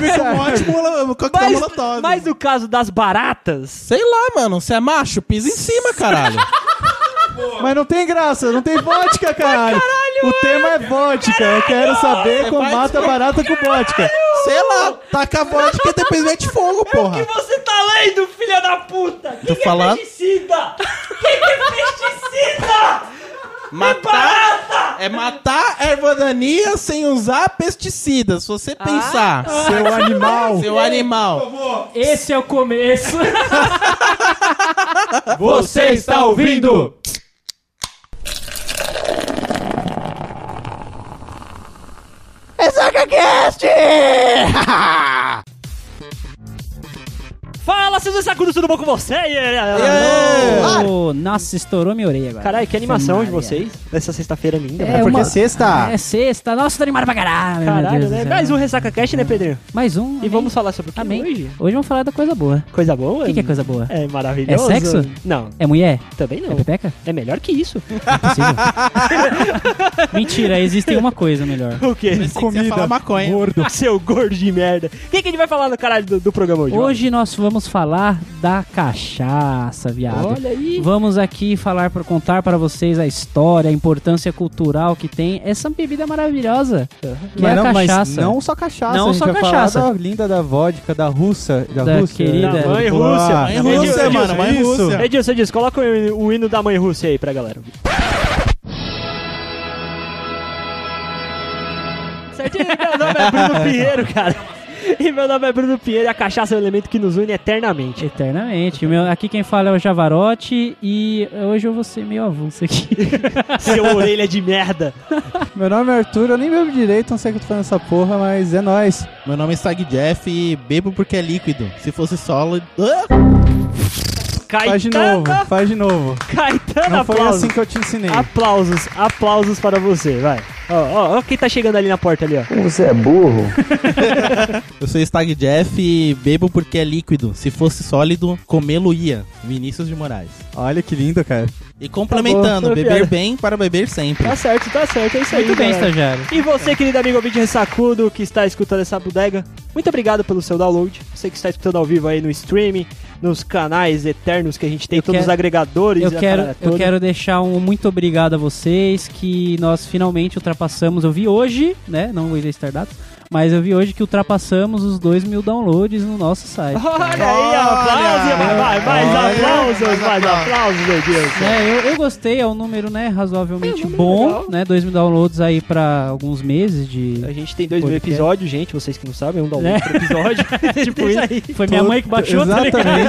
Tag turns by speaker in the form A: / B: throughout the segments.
A: mim é um ótimo ela- coquetel
B: Mas,
A: molotov.
B: mas no caso das baratas,
C: Sei lá, mano. Você é macho? Pisa em cima, caralho.
A: Mas não tem graça, não tem vodka, caralho. o tema é vodka. Eu quero saber
C: Você
A: como
C: vai
A: mata barata com vodka.
C: Sei lá. Taca a vodka e depois mete fogo,
D: que
C: porra.
D: você tá lendo, filha da puta? Quem que
C: falando.
D: é pesticida? Quem que é pesticida?
C: Matar é matar ervodania sem usar pesticidas. Se você pensar,
A: Seu animal.
C: seu animal.
D: Esse é o começo.
B: você está ouvindo? Fala, seus sacudos, tudo bom com você?
E: Oh, nossa, estourou minha orelha agora.
B: Caralho, que animação de
E: Maria.
B: vocês nessa sexta-feira linda. né?
E: É
B: mano.
E: uma-
A: sexta.
E: É sexta. Nossa, tô animado pra caralho. meu
B: Caralho,
E: Deus do
B: né?
E: céu.
B: Mais um Ressaca Cash, né, Pedrinho?
E: Mais um.
B: E vamos falar sobre o que
E: Amém.
B: hoje?
E: Hoje vamos falar da coisa boa.
B: Coisa boa?
E: O que, que é coisa boa?
B: É maravilhoso.
E: É sexo?
B: Não,
E: É mulher?
B: também
E: É
B: não.
E: pepeca?
B: É melhor que isso.
E: Não é possível. Mentira, existe uma coisa melhor.
B: O quê?
C: Comida. Você ia falar maconha.
A: Gordo.
B: Seu gordo de merda. O que, que a gente vai falar no caralho do, do programa hoje?
E: Hoje nós vamos falar da cachaça, viado.
B: Olha aí.
E: Vamos aqui falar para contar para vocês a história, a importância cultural que tem essa bebida maravilhosa, que é
A: Mas
E: a
A: não, mas
E: cachaça.
A: não só cachaça.
E: Não
A: a gente
E: só
A: vai
E: cachaça.
A: Falar da linda da vodka, da russa. Ah, Da,
E: Da
A: Rússia.
E: querida.
B: Da mãe
A: Boa.
B: Rússia.
C: Mãe Rússia,
B: Edilson, Edilson,
C: mano. Mãe
A: isso.
C: Rússia.
B: Edilson, Edilson, coloca o hino, o hino da mãe Rússia aí pra galera. Certinho, meu nome é Bruno Pinheiro, cara. E meu nome é Bruno Pinheiro e a cachaça é o elemento que nos une eternamente.
E: Eternamente. O meu- aqui quem fala é o Javarote e hoje eu vou ser meio avulso aqui.
B: Seu orelha de merda.
A: Meu nome é Arthur, eu nem bebo direito, não sei o que eu tô falando essa porra, mas é nóis.
C: Meu nome é Stag Jeff e bebo porque é líquido. Se fosse sólido.
B: Caetano,
A: Faz de novo, faz de novo.
B: Caetano,
A: Não foi
B: aplausos.
A: assim que eu te ensinei.
B: Aplausos, aplausos para você, vai. Ó, ó, ó quem tá chegando ali na porta ali, ó.
C: Eu sou Stag Jeff e bebo porque é líquido. Se fosse sólido, comê-lo ia. Vinícius de Moraes.
A: Olha que lindo, cara.
C: E complementando,
B: Tá bom,
C: beber
B: piada.
C: bem para beber sempre.
B: Tá certo, tá certo, é isso aí.
E: Muito bem,
B: galera.
E: estagiário.
B: E você, querido amigo ouvinte ressacudo que está escutando essa bodega, muito obrigado pelo seu download. Você que está escutando ao vivo aí no streaming, nos canais eternos que a gente tem, todos
E: quero-
B: os agregadores.
E: Eu
B: e a
E: quero,
B: parada
E: eu
B: toda.
E: quero deixar um muito obrigado a vocês que nós finalmente ultrapassamos. Eu vi hoje, né? Não vou estar dado, mas eu vi hoje que ultrapassamos os 2 mil downloads no nosso site.
B: Olha aí, aplausos, vai, vai, mais
C: Olha,
B: aplausos,
C: mais
B: mais
C: aplausos.
B: aplausos, meu Deus.
E: É, eu, eu gostei, é um número, né, razoavelmente
B: É um número
E: bom,
B: legal.
E: né? 2 mil downloads aí pra alguns meses de.
B: A gente tem dois mil
E: Né? Podcast. Né?
B: episódios, gente, vocês que não sabem, é um download por episódio. tipo isso aí.
E: Foi minha mãe que baixou, tá ligado?
A: Exatamente.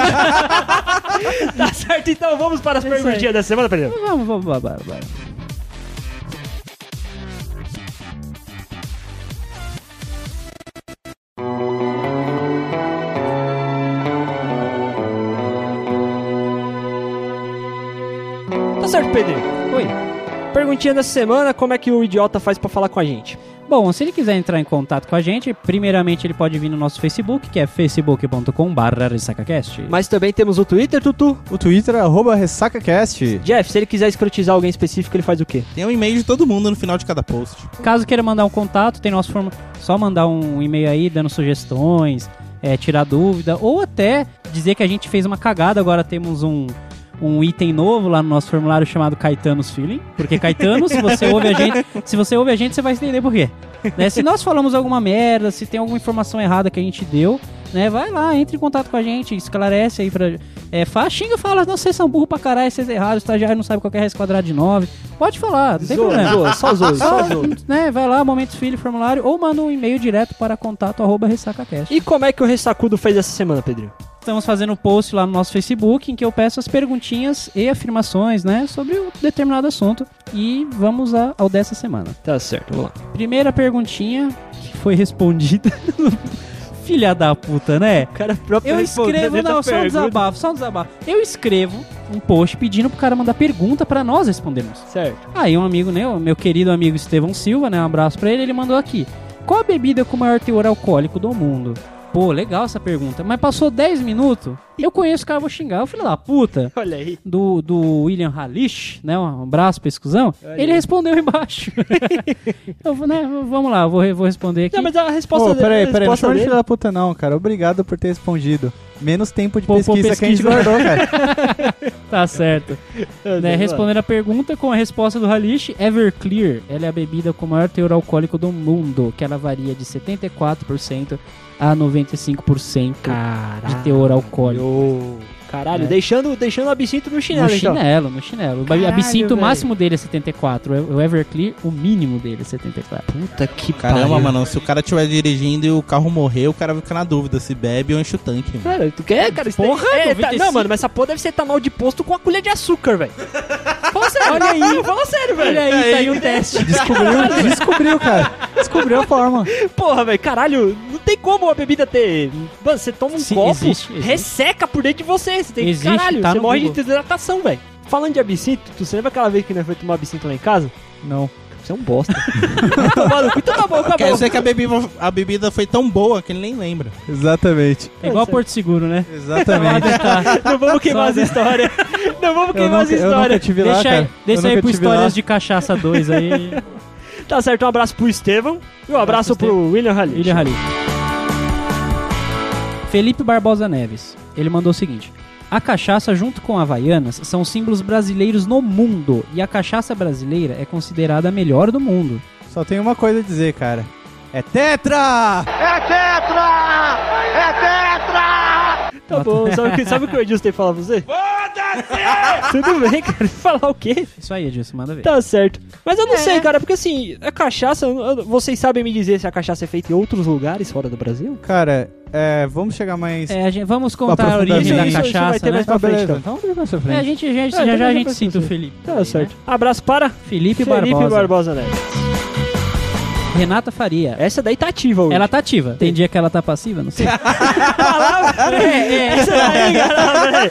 B: Tá certo, então vamos para as
E: É isso aí.
B: perguntinhas da semana, Pedro.
E: Vamos, vamos, vamos, vamos, vamos.
B: Tá certo, Pedro.
E: Oi.
B: Perguntinha da semana, como é que o idiota faz pra falar com a gente?
E: Bom, se ele quiser entrar em contato com a gente, primeiramente ele pode vir no nosso Facebook, que é facebook.com.br ressacacast.
B: Mas também temos o Twitter, Tutu.
A: o Twitter é arroba ressacacast.
B: Jeff, se ele quiser escrotizar alguém específico, ele faz o quê?
C: Tem um e-mail de todo mundo no final de cada post.
E: Caso queira mandar um contato, tem nosso formulário. Só mandar um e-mail aí dando sugestões, é, tirar dúvida, ou até dizer que a gente fez uma cagada, agora temos um. Um item novo lá no nosso formulário chamado Caetano's Feeling. Porque Caetano, se você ouve a gente, se você ouve a gente, você vai entender por quê. Né, Se nós falamos alguma merda, se tem alguma informação errada que a gente deu, né? Vai lá, entre em contato com a gente, esclarece aí pra. É, fala, xinga, fala, não, vocês são burro pra caralho, vocês erraram, o estagiário não sabe qual que é raiz quadrada de 9. Pode falar, não tem
B: Zoa,
E: problema.
B: zoa, só zoa, só
E: Só,
B: zoa.
E: né, vai lá, Momentos Filho, formulário, ou manda um e-mail direto para contato arroba ressacacast.
B: E como é que o Ressacudo fez essa semana, Pedrinho?
E: Estamos fazendo um post lá no nosso Facebook em que eu peço as perguntinhas e afirmações, né, sobre um determinado assunto. E vamos a- ao dessa semana.
B: Tá certo, vamos lá.
E: Primeira perguntinha que foi respondida. Filha da puta, né?
B: O cara próprio
E: Eu
B: respondeu
E: escrevo,
B: essa
E: não, só um
B: pergunta.
E: desabafo, só um desabafo. Eu escrevo um post pedindo pro cara mandar pergunta pra nós respondermos.
B: Certo.
E: Aí um amigo, né, o meu querido amigo Estevão Silva, né, um abraço pra ele, ele mandou aqui. Qual a bebida com o maior teor alcoólico do mundo? Pô, legal essa pergunta. Mas passou 10 minutos, Eu conheço o cara, eu vou xingar. O filho da puta
B: Olha aí.
E: do, do William Halish, né? Um abraço pra exclusão.
B: Olha
E: Ele
B: aí.
E: respondeu embaixo. eu, vou, né, vamos lá, eu vou, re- vou responder aqui.
B: Não, mas a resposta
A: Pô, peraí,
B: dele- a
A: peraí, não
B: resposta
A: chama de
B: dele-
A: filho da puta não, cara. Obrigado por ter respondido. Menos tempo de
E: Pô, pô,
A: pesquisa, que a gente
E: pesquisa.
A: guardou, cara.
E: Tá certo.
B: Ah,
E: né,
B: Deus,
E: respondendo a pergunta com a resposta do Halish, Everclear, ela é a bebida com maior teor alcoólico do mundo, que ela varia de 74% a 95% de teor alcoólico.
B: Caralho. Caralho,
E: É.
B: deixando, deixando o absinto no
E: No
B: chinelo, então.
E: chinelo, no chinelo. O
B: Caralho,
E: absinto
B: velho.
E: máximo dele é 74, o Everclear o mínimo dele é 74.
B: Puta que
C: Caramba,
B: pariu.
C: mano, se o cara estiver dirigindo e o carro morrer, o cara vai ficar na dúvida se bebe ou enche o tanque. mano.
B: Cara, tu quer, cara? Isso
E: Porra,
B: tem- é, tá-
E: 95.
B: Não, mano, mas essa porra deve ser etanol de posto com a colher de açúcar, velho. Fala sério, olha aí. Fala sério, velho.
E: Olha aí, tá aí um teste.
A: Descobriu, descobriu, cara. Descobriu a forma.
B: Porra, velho, caralho, não tem como a bebida ter. Mano, você toma um
E: Sim,
B: copo,
E: existe, existe.
B: resseca por dentro de você. Você tem
E: Existe,
B: caralho,
E: tá
B: você
E: no
B: morre de
E: Google.
B: desidratação, velho. Falando de absinto, tu se lembra aquela vez que nós foi tomar absinto lá em casa?
E: Não.
B: Você é um bosta. Tá maluco? então tá bom,
C: Quer
B: acabou.
C: dizer que a bebida, a bebida foi tão boa que ele nem lembra.
A: Exatamente.
E: É igual a Porto Seguro, né?
A: Exatamente.
B: Não vamos queimar as histórias. Não vamos
A: Eu
B: queimar as
A: nunca, eu nunca
B: histórias.
A: tive lá,
E: Deixa, aí,
A: cara. Eu
E: deixa aí
A: nunca
E: pro
A: tive lá.
E: Histórias de Cachaça 2 aí,
B: Tá certo, um abraço pro Estevão e um abraço
E: pro
B: pro William Halley.
E: William Halil. Felipe Barbosa Neves. Ele mandou o seguinte: A cachaça junto com a Havaianas são símbolos brasileiros no mundo e a cachaça brasileira é considerada a melhor do mundo.
A: Só tem uma coisa a dizer, cara. É Tetra!
B: Tá bom, sabe, o que- sabe o que o Edilson tem que falar pra você? Foda-se! Tudo bem, cara. Falar o quê?
E: Isso aí, Edilson, manda ver.
B: Tá certo. Mas eu
E: É.
B: não sei, cara, porque assim, a cachaça, eu- eu- vocês sabem me dizer se a cachaça é feita em outros lugares fora do Brasil?
A: Cara, é, vamos chegar mais...
E: É, a gente- vamos contar a
A: Aprofundar
E: origem
A: bem.
E: da
A: Isso,
B: isso vai
E: cachaça,
B: ter
E: né?
B: mais- pra frente, então.
A: Então, vamos pra sua
E: É, a
A: frente.
E: gente, a gente-
B: É,
E: já, já a
B: então
E: gente
B: vai
E: cita o
B: pra
E: Felipe.
B: Tá
E: também, né?
B: certo. Abraço para
E: Felipe,
B: Felipe
E: Barbosa.
B: Barbosa né? Neves.
E: Renata Faria.
B: Essa daí tá ativa hoje.
E: Ela tá ativa. Tem dia que ela tá passiva, não sei.
B: Essa daí, cara, velho.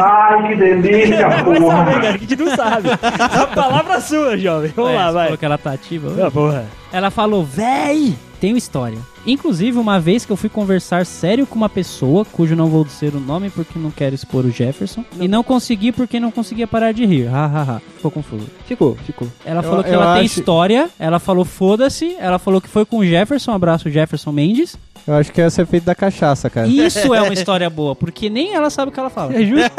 F: Ai, que delícia,
B: Vai
F: porra!
B: saber, cara, que a gente não sabe. A palavra sua, jovem. Vamos
E: É,
B: lá,
E: você
B: vai.
E: Falou que ela tá ativa.
B: Ah, porra.
E: Ela falou, véi, tenho história. Inclusive, uma vez que eu fui conversar sério com uma pessoa, cujo não vou dizer o nome porque não quero expor o Jefferson, e não consegui porque não conseguia parar de rir. Ha, ha, ha. Ficou confuso.
B: Ficou, ficou.
E: Ela
A: Eu-
E: falou que
A: eu
E: ela tem
A: acho-
E: história, ela falou foda-se, ela falou que foi com o Jefferson, um abraço Jefferson Mendes.
A: Eu acho que esse é o efeito da cachaça, cara.
E: E Isso é uma história boa, porque nem ela sabe o que ela fala.
B: É justo?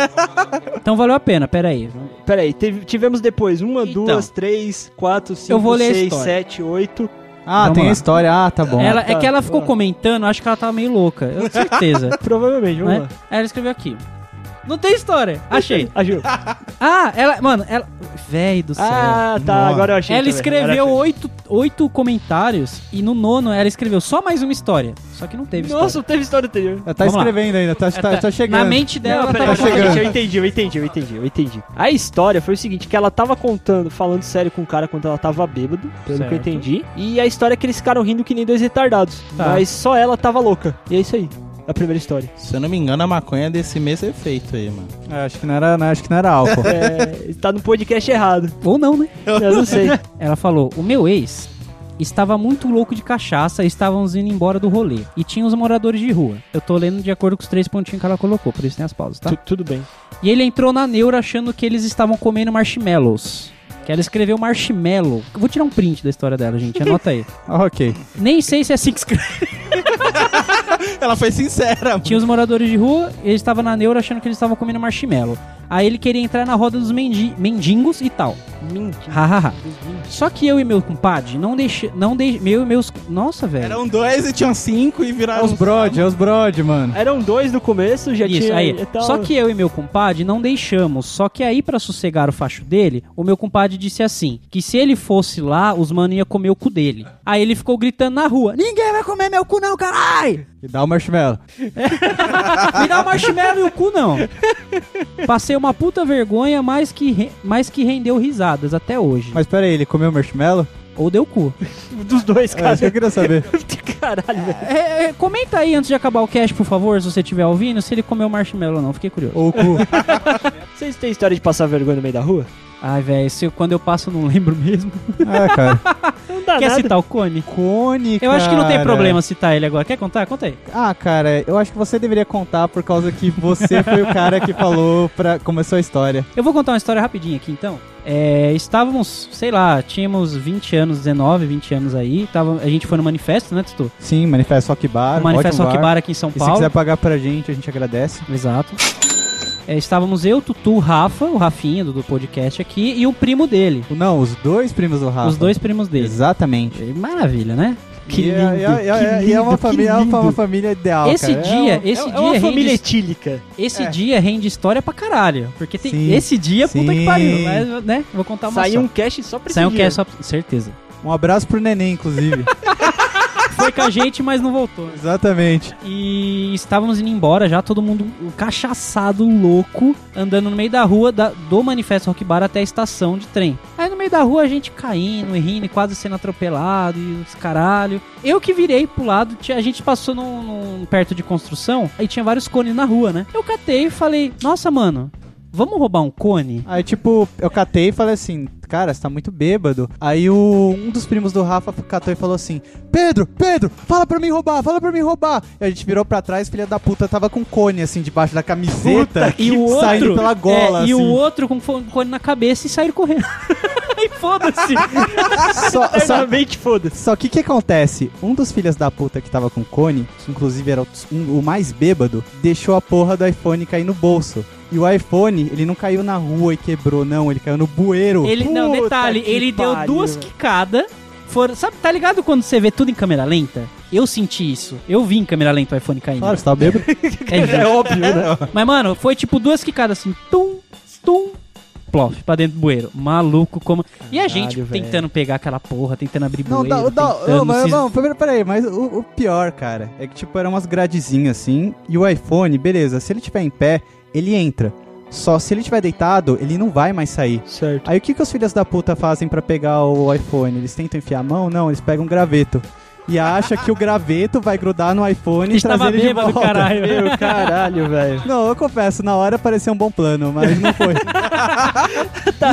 E: Então valeu a pena, pera aí.
B: Peraí, teve- tivemos depois uma,
E: Então.
B: duas, três, quatro, cinco,
E: vou ler a
B: seis,
E: história.
B: sete, oito.
A: Ah,
E: Vamos
A: tem
E: lá.
A: a história. Ah, tá bom.
E: Ela, é
B: tá,
E: que ela ficou
B: tá.
E: comentando, acho que ela tava meio louca, eu tenho certeza.
B: Provavelmente, vamos
E: né?
B: lá.
E: Aí ela escreveu aqui. Não tem história, achei.
B: Ajuda.
E: Ah, ela. Mano, ela. Véi do céu.
B: Ah, tá,
A: Nossa.
B: agora eu achei.
E: ela
B: também. Agora
E: escreveu
B: eu
E: oito, oito comentários e no nono ela escreveu só mais uma história. Só que não teve
B: achei. Nossa,
E: história.
B: teve história anterior.
A: Ela tá
E: Vamos lá.
A: escrevendo ainda, tá, tá, tá chegando.
E: Na mente dela,
B: Não,
E: ela
B: peraí,
E: tava
A: tá
B: calma,
A: chegando.
B: gente, eu entendi, eu entendi, eu entendi, eu entendi. A história foi o seguinte, que ela tava contando, falando sério com o cara quando ela tava bêbado, pelo que
E: Certo.
B: eu entendi. E a história é que eles ficaram rindo que nem dois retardados.
E: Tá.
B: Mas só ela tava louca. E é isso aí. A primeira história.
C: Se eu não me engano, a maconha é desse mesmo efeito aí, mano.
A: É, acho que não era, não, acho que não era álcool.
B: É, tá no podcast errado.
E: Ou não, né?
B: Eu não sei.
E: Ela falou: O meu ex estava muito louco de cachaça e estávamos indo embora do rolê. E tinha os moradores de rua. Eu tô lendo de acordo com os três pontinhos que ela colocou, por isso tem as pausas, tá?
B: Tu- tudo bem.
E: E ele entrou na neura achando que eles estavam comendo marshmallows. Que ela escreveu marshmallow. Eu Vou tirar um print da história dela, gente. Anota aí.
A: Ah, ok.
E: Nem sei se é assim que escreve.
C: Ela foi sincera, mano.
E: Tinha os moradores de rua, ele estava na neura achando que eles estavam comendo marshmallow. Aí ele queria entrar na roda dos mendi mendigos e tal.
B: Mentira.
E: Hahaha. Só que eu e meu compadre não deixe, não deixe, meu e meus, nossa,
B: um,
E: velho.
C: Eram dois e tinham cinco e
A: É
C: viraram.
A: os brod, é os brod, mano.
B: Eram dois no começo, já
E: Isso,
B: tinha...
E: aí.
B: e tal.
E: Só que eu e meu compadre não deixamos. Só que aí, pra sossegar o facho dele, o meu compadre disse assim: que se ele fosse lá, os mano ia comer o cu dele. Aí ele ficou gritando na rua: Ninguém vai comer meu cu, não, caralho!
A: E dá o marshmallow.
E: Me dá o marshmallow e o cu, não. Passei uma puta vergonha, mas que, re- mas que rendeu risadas até hoje.
A: Mas pera aí, ele comeu marshmallow?
E: Ou deu cu.
B: Dos dois,
A: É, isso
B: cara.
A: que eu queria saber.
B: Caralho, velho.
E: É, é, comenta aí antes de acabar o cast, por favor, se você estiver ouvindo, se ele comeu marshmallow ou não. Fiquei curioso.
A: Ou o cu.
B: Vocês têm história de passar vergonha no meio da rua?
E: Ai, velho, se eu- quando eu passo eu não lembro mesmo.
A: É, cara.
B: Não dá
E: Quer
B: nada.
E: citar o Cone?
A: Cone,
E: Eu acho que não tem
A: cara.
E: problema citar ele agora. Quer contar? Conta aí.
A: Ah, cara, eu acho que você deveria contar por causa que você foi o cara que falou pra. começou a história.
E: Eu vou contar uma história rapidinha aqui, então. É, estávamos, sei lá, tínhamos 20 anos, 19, 20 anos aí. Tava, a gente foi no manifesto, né, Tutu?
A: Sim, Manifesto Rock Bar.
E: O manifesto
A: ótimo
E: Rock Bar aqui em São
A: E se
E: Paulo.
A: quiser pagar pra gente, a gente agradece.
E: Exato. É, estávamos eu, Tutu, o Rafa, o Rafinha do, do podcast aqui, e o primo dele.
A: Não, os dois primos do Rafa.
E: Os dois primos dele.
A: Exatamente.
E: Maravilha, né?
A: Que lindo, e, é- e é- e é uma família, é uma família ideal,
E: Esse
A: cara.
E: dia,
A: É um-
E: esse
B: é,
E: dia
B: é uma
E: rende-
B: família etílica.
E: Esse
A: É.
E: dia rende história pra caralho. Porque tem
A: Sim.
E: esse dia, puta que
A: Sim.
E: pariu. Mas, né? Vou contar uma
B: Saiu
E: só.
B: um cast só pra
E: Saiu
B: esse
E: que é
B: dia.
E: só. Certeza.
A: Um abraço pro neném, inclusive.
E: Foi com a gente, mas não voltou. né?
A: Exatamente.
E: E estávamos indo embora já, todo mundo cachaçado, louco, andando no meio da rua da- do Manifesto Rock Bar até a estação de trem. Aí no meio da rua a gente caindo, e rindo, e quase sendo atropelado e os caralho. Eu que virei pro lado, tinha- a gente passou num, num- perto de construção, aí tinha vários cones na rua, né? Eu catei e falei, nossa, mano, vamos roubar um cone?
A: Aí, tipo, eu catei e falei assim, cara, você tá muito bêbado. Aí o, um dos primos do Rafa catou e falou assim, Pedro, Pedro, fala pra mim roubar, fala pra mim roubar. E a gente virou pra trás, filha da puta, tava com cone, assim, debaixo da camiseta.
E: E o outro,
A: saindo pela gola,
E: é, E o
A: assim.
E: outro com fo- cone na cabeça e saíram correndo. e foda-se.
A: Só, só,
B: Eternamente foda-se.
A: Só que o que acontece? Um dos filhos da puta que tava com o cone, que inclusive era o- um- o mais bêbado, deixou a porra do iPhone cair no bolso. E o iPhone, ele não caiu na rua e quebrou, não. Ele caiu no bueiro.
E: Ele, não,
B: Puta
E: detalhe,
B: que
E: ele deu
B: pariu,
E: duas
B: velho.
E: quicadas. Foram, sabe, tá ligado quando você vê tudo em câmera lenta? Eu senti isso. Eu vi em câmera lenta o iPhone caindo.
A: Claro, você tava bêbado.
E: É,
B: É
E: gente.
B: óbvio, né?
E: Mas, mano, foi tipo duas quicadas assim, tum, tum, plof, pra dentro do bueiro. Maluco como. E a gente
B: Caralho,
E: tentando pegar aquela porra, tentando abrir
A: Não,
E: bueiro.
A: dá, dá,
E: tentando
A: não, mas,
E: se-
A: não, pera- peraí, mas o, o pior, cara, é que, tipo, eram umas gradezinhas assim, e o iPhone, beleza, se ele tiver em pé, ele entra. Só se ele tiver deitado, ele não vai mais sair.
B: Certo.
A: Aí o que, que os filhos da puta fazem pra pegar o iPhone? Eles tentam enfiar a mão? Não, eles pegam um graveto. E acha que o graveto vai grudar no iPhone e
E: Ele tava
A: trazer ele de
E: bêbado,
A: volta.
E: caralho.
B: Meu caralho, velho.
A: Não, eu confesso, na hora parecia um bom plano, mas não foi.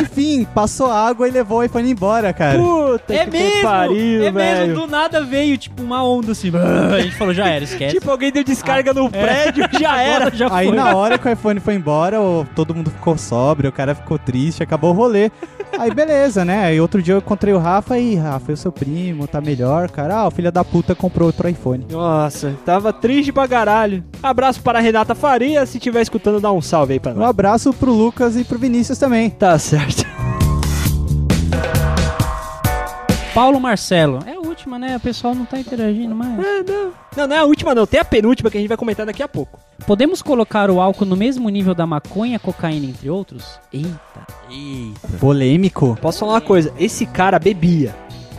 A: Enfim, passou água e levou o iPhone embora, cara.
B: Puta
E: É
B: que
E: mesmo!
B: pariu,
E: é
B: velho.
E: mesmo, do nada veio, tipo, uma onda assim. A gente falou, já era, esquece.
B: Tipo, alguém deu descarga no prédio, já era.
E: Agora já
A: Aí
E: foi.
A: na hora que o iPhone foi embora, o- todo mundo ficou sóbrio, o cara ficou triste, acabou o rolê. Aí beleza, né? Aí outro dia eu encontrei o Rafa e, Rafa, eu seu primo, tá melhor, cara. Ah, o filho da puta comprou outro iPhone.
B: Nossa, tava triste pra caralho. Abraço para a Renata Faria, se estiver escutando, dá um salve aí pra
A: Um
B: nós.
A: abraço pro Lucas e pro Vinícius também.
B: Tá certo.
E: Paulo Marcelo. É a última, né? O pessoal não tá interagindo mais.
B: Não, não é a última não, tem a penúltima que a gente vai comentar daqui a pouco.
E: Podemos colocar o álcool no mesmo nível da maconha, cocaína, entre outros? Eita.
A: Polêmico?
B: Posso falar uma coisa, esse cara bebia.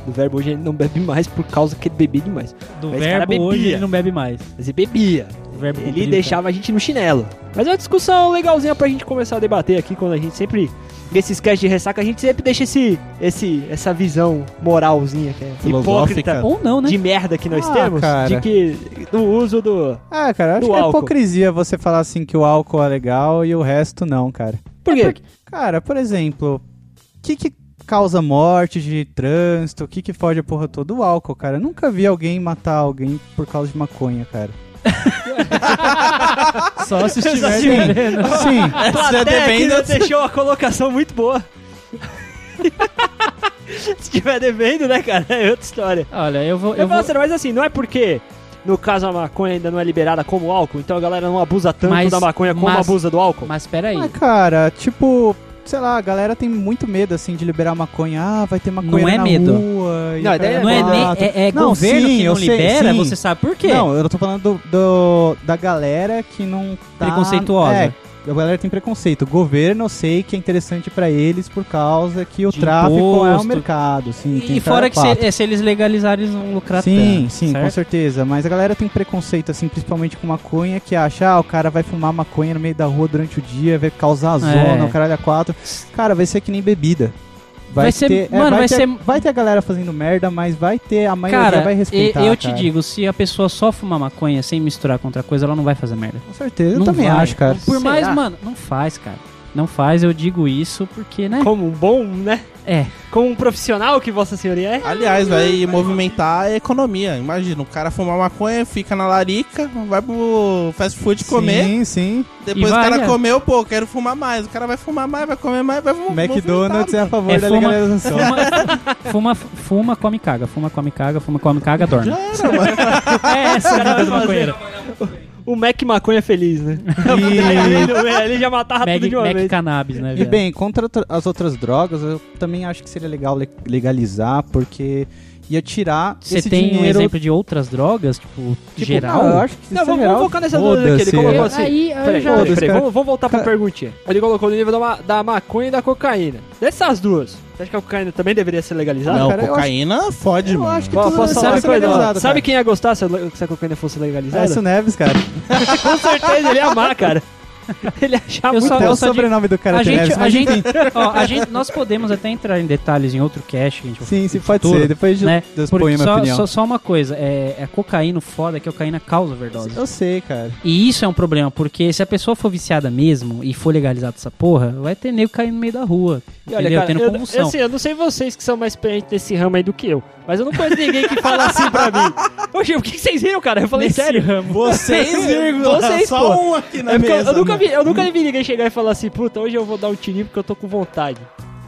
B: O verbo hoje ele não bebe mais por causa que ele bebia demais.
E: Do
B: Mas esse cara
E: verbo
B: bebia.
E: hoje ele não bebe mais.
B: Mas ele bebia.
E: O verbo
B: Ele
E: comprido,
B: deixava a gente no chinelo. Mas é uma discussão legalzinha pra gente começar a debater aqui, quando a gente sempre. Nesses casts de ressaca, a gente sempre deixa esse, esse, essa visão moralzinha que é
C: Filosófica.
E: tá?
B: hipócrita
E: Ou não, né?
B: de merda que nós
A: Ah,
B: temos.
A: cara.
B: De que. Do uso do.
A: Ah, cara, acho
B: Do
A: que é
B: álcool.
A: hipocrisia você falar assim que o álcool é legal e o resto não, cara.
B: Por quê?
A: Cara, por exemplo, o que, que causa morte de trânsito? O que, que foge a porra toda? O álcool, cara. Eu nunca vi alguém matar alguém por causa de maconha, cara.
E: Só se
A: estiver
E: bebendo.
A: Sim.
B: A plateia
C: Você devendo-
B: aqui né, deixou uma colocação muito boa. Se tiver devendo, né, cara? É outra história.
E: Olha, eu vou...
B: Eu,
E: Eu
B: falo
E: vou...
B: sério, mas assim, não é porque. No caso, a maconha ainda não é liberada como álcool, então a galera não abusa tanto
E: Mas-
B: da maconha como
E: mas-
B: abusa do álcool.
E: é Mas peraí.
A: Mas, cara, tipo, sei lá, a galera tem muito medo, assim, de liberar maconha. Ah, vai ter maconha
E: Não é
A: na
E: medo.
A: rua. e
B: Não,
A: o cara
B: é
E: Não é,
A: mata.
E: nem, é, é
A: Não,
E: governo
A: sim,
E: que não
A: eu sei,
E: libera,
A: sim.
E: você sabe por quê?
A: Não, eu tô falando do, do- da galera que não tá...
E: Preconceituosa.
A: É, a galera tem preconceito. O governo eu sei que é interessante pra eles por causa que o
E: De
A: tráfico é o
E: imposto.
A: mercado, sim. tem
E: e fora que se,
A: quatro.
E: é, se eles legalizarem, eles vão lucrar
A: Sim,
E: tanto,
A: sim, com
E: certo?
A: certeza. Mas a galera tem preconceito, assim, principalmente com maconha, que acha, ah, o cara vai fumar maconha no meio da rua durante o dia, vai causar zona, o caralho a quatro. Cara, vai ser que nem bebida.
E: Vai ser-
A: ter,
E: mano, vai
A: ter-
E: ser-
A: vai ter a galera fazendo merda, mas vai ter, a maioria
E: Cara,
A: vai
E: e-
A: respeitar.
E: eu te
A: cara.
E: digo, se a pessoa só fumar maconha sem misturar com outra coisa, ela não vai fazer merda.
A: Com certeza, eu
E: Não
A: também
E: vai.
A: acho, cara.
E: Por
B: Será?
E: mais, mano, não faz, cara. Não faz, eu digo isso porque, né?
B: Como um bom, né?
E: É.
B: Como um profissional que Vossa Senhoria é.
C: Aliás, vai movimentar a economia. Imagina, o cara fuma maconha, fica na larica, vai pro fast food comer.
A: Sim, sim.
C: Depois
E: E
C: o cara
E: varia.
C: comeu, pô, quero fumar mais. O cara vai fumar mais, vai comer mais, vai fu-
A: McDonald's é a favor
E: É,
A: da
E: fuma-
A: legalização.
E: Fuma, fuma, come, caga. Fuma, come, caga. Fuma, come, caga, dorme. é essa a
B: Cara,
E: vida do
B: vai
E: maconheiro.
B: O Mac Maconha feliz, né?
A: E-
B: ele, ele já matava tudo
E: Mag,
B: de uma
E: Mag
B: vez.
E: cannabis, né,
A: E
E: viado?
A: bem, contra outra- as outras drogas, eu também acho que seria legal le- legalizar, porque ia tirar
E: Você
A: esse
E: tem um
A: dinheiro
E: exemplo de outras drogas, tipo,
A: tipo,
E: geral?
A: ah, eu acho que isso
B: Não,
A: é
B: vamos,
A: geral.
B: vamos focar nessa dúvida que ele
A: Foda-se.
B: colocou
A: Eu-
B: assim.
E: aí, eu
B: Peraí,
E: já-
B: peraí,
A: Foda-se,
B: peraí,
A: cara.
B: vamos, vamos voltar pra perguntinha. Ele colocou no nível da, ma- da maconha e da cocaína. Dessas duas, você acha que a cocaína também deveria ser legalizada?
C: Não,
A: cara, eu
C: cocaína fode,
A: Eu
C: mano.
A: acho que
B: Ó,
A: tudo
B: posso
A: isso
B: falar
A: vai
B: uma
A: ser
B: coisa?
A: legalizado,
B: Sabe
A: cara.
B: quem ia gostar se a, le- se a cocaína fosse legalizada?
A: Aécio Neves, cara.
B: Com certeza ele ia amar, cara. Ele ia achar
E: Eu
B: muito
E: só-
A: Até é o
E: só digo-
A: sobrenome do cara
E: a
A: tem
E: gente,
A: Neves,
E: a
A: mas
E: gente,
A: enfim.
E: ó, a gente, nós podemos até entrar em detalhes em outro cast que a gente vai
A: Sim, sim, pode
E: futuro,
A: ser. Depois de
E: né?
A: eu
E: Porque
A: exponho minha
E: só,
A: opinião.
E: só, só uma coisa, é, é cocaína o foda é que a cocaína causa overdose.
A: Eu sei, cara.
E: E isso é um problema, porque se a pessoa for viciada mesmo e for legalizada essa porra, vai ter nego caindo no meio da rua.
B: E
E: Entendeu?
B: olha, cara,
E: Tendo
B: eu,
E: convulsão.
B: assim, eu não sei vocês que são mais experientes nesse ramo aí do que eu, mas eu não conheço ninguém que fala assim pra mim. Oxe, o que que vocês riram, cara? Eu falei,
E: Nesse
B: sério?
E: ramo.
C: Vocês, vírgula.
B: Vocês,
C: só
B: pô.
C: um aqui na
B: É porque eu-
C: mesa. né?
B: eu, nunca vi, eu nunca vi ninguém chegar e falar assim, puta, hoje eu vou dar um tirinho porque eu tô com vontade.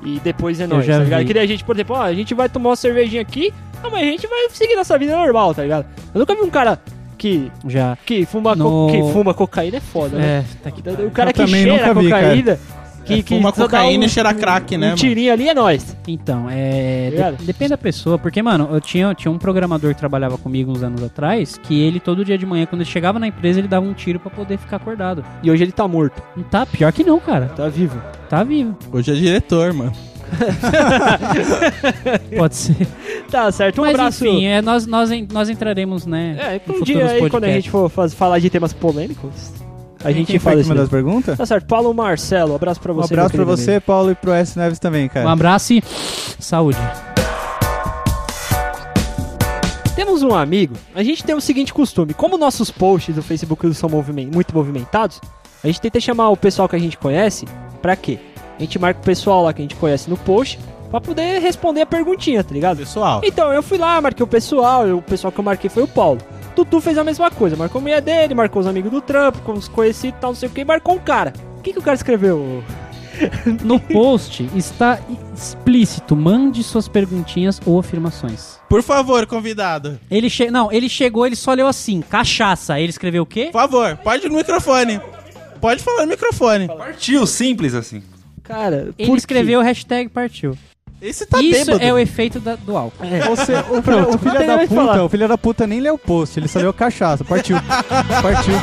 B: E depois é nóis,
E: já
B: tá ligado?
E: vi.
B: Que nem a gente, por exemplo, ó, a gente vai tomar uma cervejinha aqui, ah, mas a gente vai seguir nossa vida normal, tá ligado? Eu nunca vi um cara que,
E: Já.
B: que, fuma, co-
E: No-
B: que fuma cocaína é foda, né?
E: É, tá aqui.
B: O cara
A: Eu
B: que
A: também
B: cheira
A: nunca vi, cara.
B: cocaína, que, que
C: Fuma
B: só dá
C: É, cocaína
B: um,
C: e cheira crack, né,
B: um tirinho ali é nóis.
E: Então, é. de-
B: Obrigado.
E: depende da pessoa, porque, mano, eu tinha, tinha um programador que trabalhava comigo uns anos atrás, que ele todo dia de manhã, quando ele chegava na empresa, ele dava um tiro pra poder ficar acordado.
B: E hoje ele tá morto,
E: Não tá pior que não, cara.
B: tá vivo.
E: Tá vivo.
C: mano? Hoje é diretor, mano.
E: Pode ser.
B: Tá certo, um
E: Mas
B: abraço.
E: enfim, é, nós, nós, en- nós entraremos, né?
B: é,
E: em
B: um
E: futuros
B: dia aí, quando a
E: podcasts.
B: gente for faz- falar de temas polêmicos, a gente
A: Quem foi
B: fala
A: que
B: isso.
A: mandou
B: mesmo.
A: as perguntas?
B: Tá certo, Paulo Marcelo, abraço pra
A: Um
B: você.
A: abraço
B: meu
A: pra
B: querido
A: você, Paulo, e pro S. Neves também,
E: Um
A: cara.
E: abraço e saúde.
B: Temos um amigo, a gente tem o seguinte costume, como nossos posts do Facebook eles são movimen- muito movimentados, a gente tenta chamar o pessoal que a gente conhece, pra quê? A gente marca o pessoal lá que a gente conhece no post, pra poder responder a perguntinha, tá ligado?
C: Pessoal.
B: Então, eu fui lá, marquei o pessoal, eu- o pessoal que eu marquei foi o Paulo. Tutu fez a mesma coisa, marcou a mulher dele, marcou os amigos do trampo, com os conhecidos e tal, não sei o que, e marcou um cara. O que, que o cara escreveu?
E: No post está explícito, mande suas perguntinhas ou afirmações.
C: Por favor, convidado.
E: Ele che... Não, ele chegou, ele só leu assim, cachaça. Aí Ele escreveu o quê?
C: Por favor, pode ir no microfone. Pode falar no microfone.
F: Partiu, simples assim.
B: Cara,
E: Ele
B: por quê?
E: escreveu hashtag partiu.
C: Esse tá
E: Isso
C: bêbado.
E: é o efeito da- do álcool.
A: Ou se- o, filho- o
B: não tem
A: filho
B: nada
A: da
B: que falar.
A: puta, o filho da puta nem leu o post, ele só leu cachaça. Partiu. Partiu.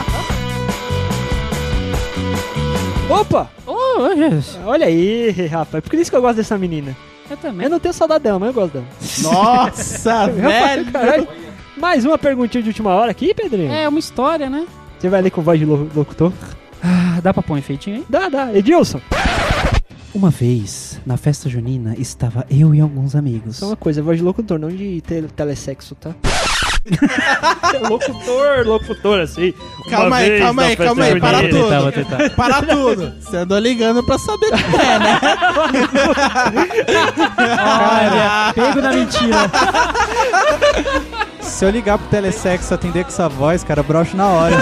B: Opa!
E: Oh, Jesus.
B: Olha aí, rapaz, por isso que eu gosto dessa menina. Eu
E: Eu também.
B: não tenho saudade dela, mas eu gosto dela.
C: Nossa, Tá velho.
B: Caralho. Mais uma perguntinha de última hora aqui, Pedrinho?
E: É uma história, né?
B: Você vai ler com voz de lo- locutor?
E: Ah, dá pra pôr um efeitinho aí?
B: Dá, dá. Edilson.
E: Uma vez, na festa junina, estava eu e alguns amigos.
B: Só uma coisa, voz de locutor, não de te- telesexo, tá? locutor, locutor, assim.
C: Calma aí, calma aí, calma aí. Para
E: Vou tentar, vou
C: tudo.
E: tentar.
C: Para tudo. Você andou ligando pra saber o que é, né?
E: Olha, pego na mentira.
A: Se eu ligar pro Telesexo e atender com essa voz, cara, broxo na hora.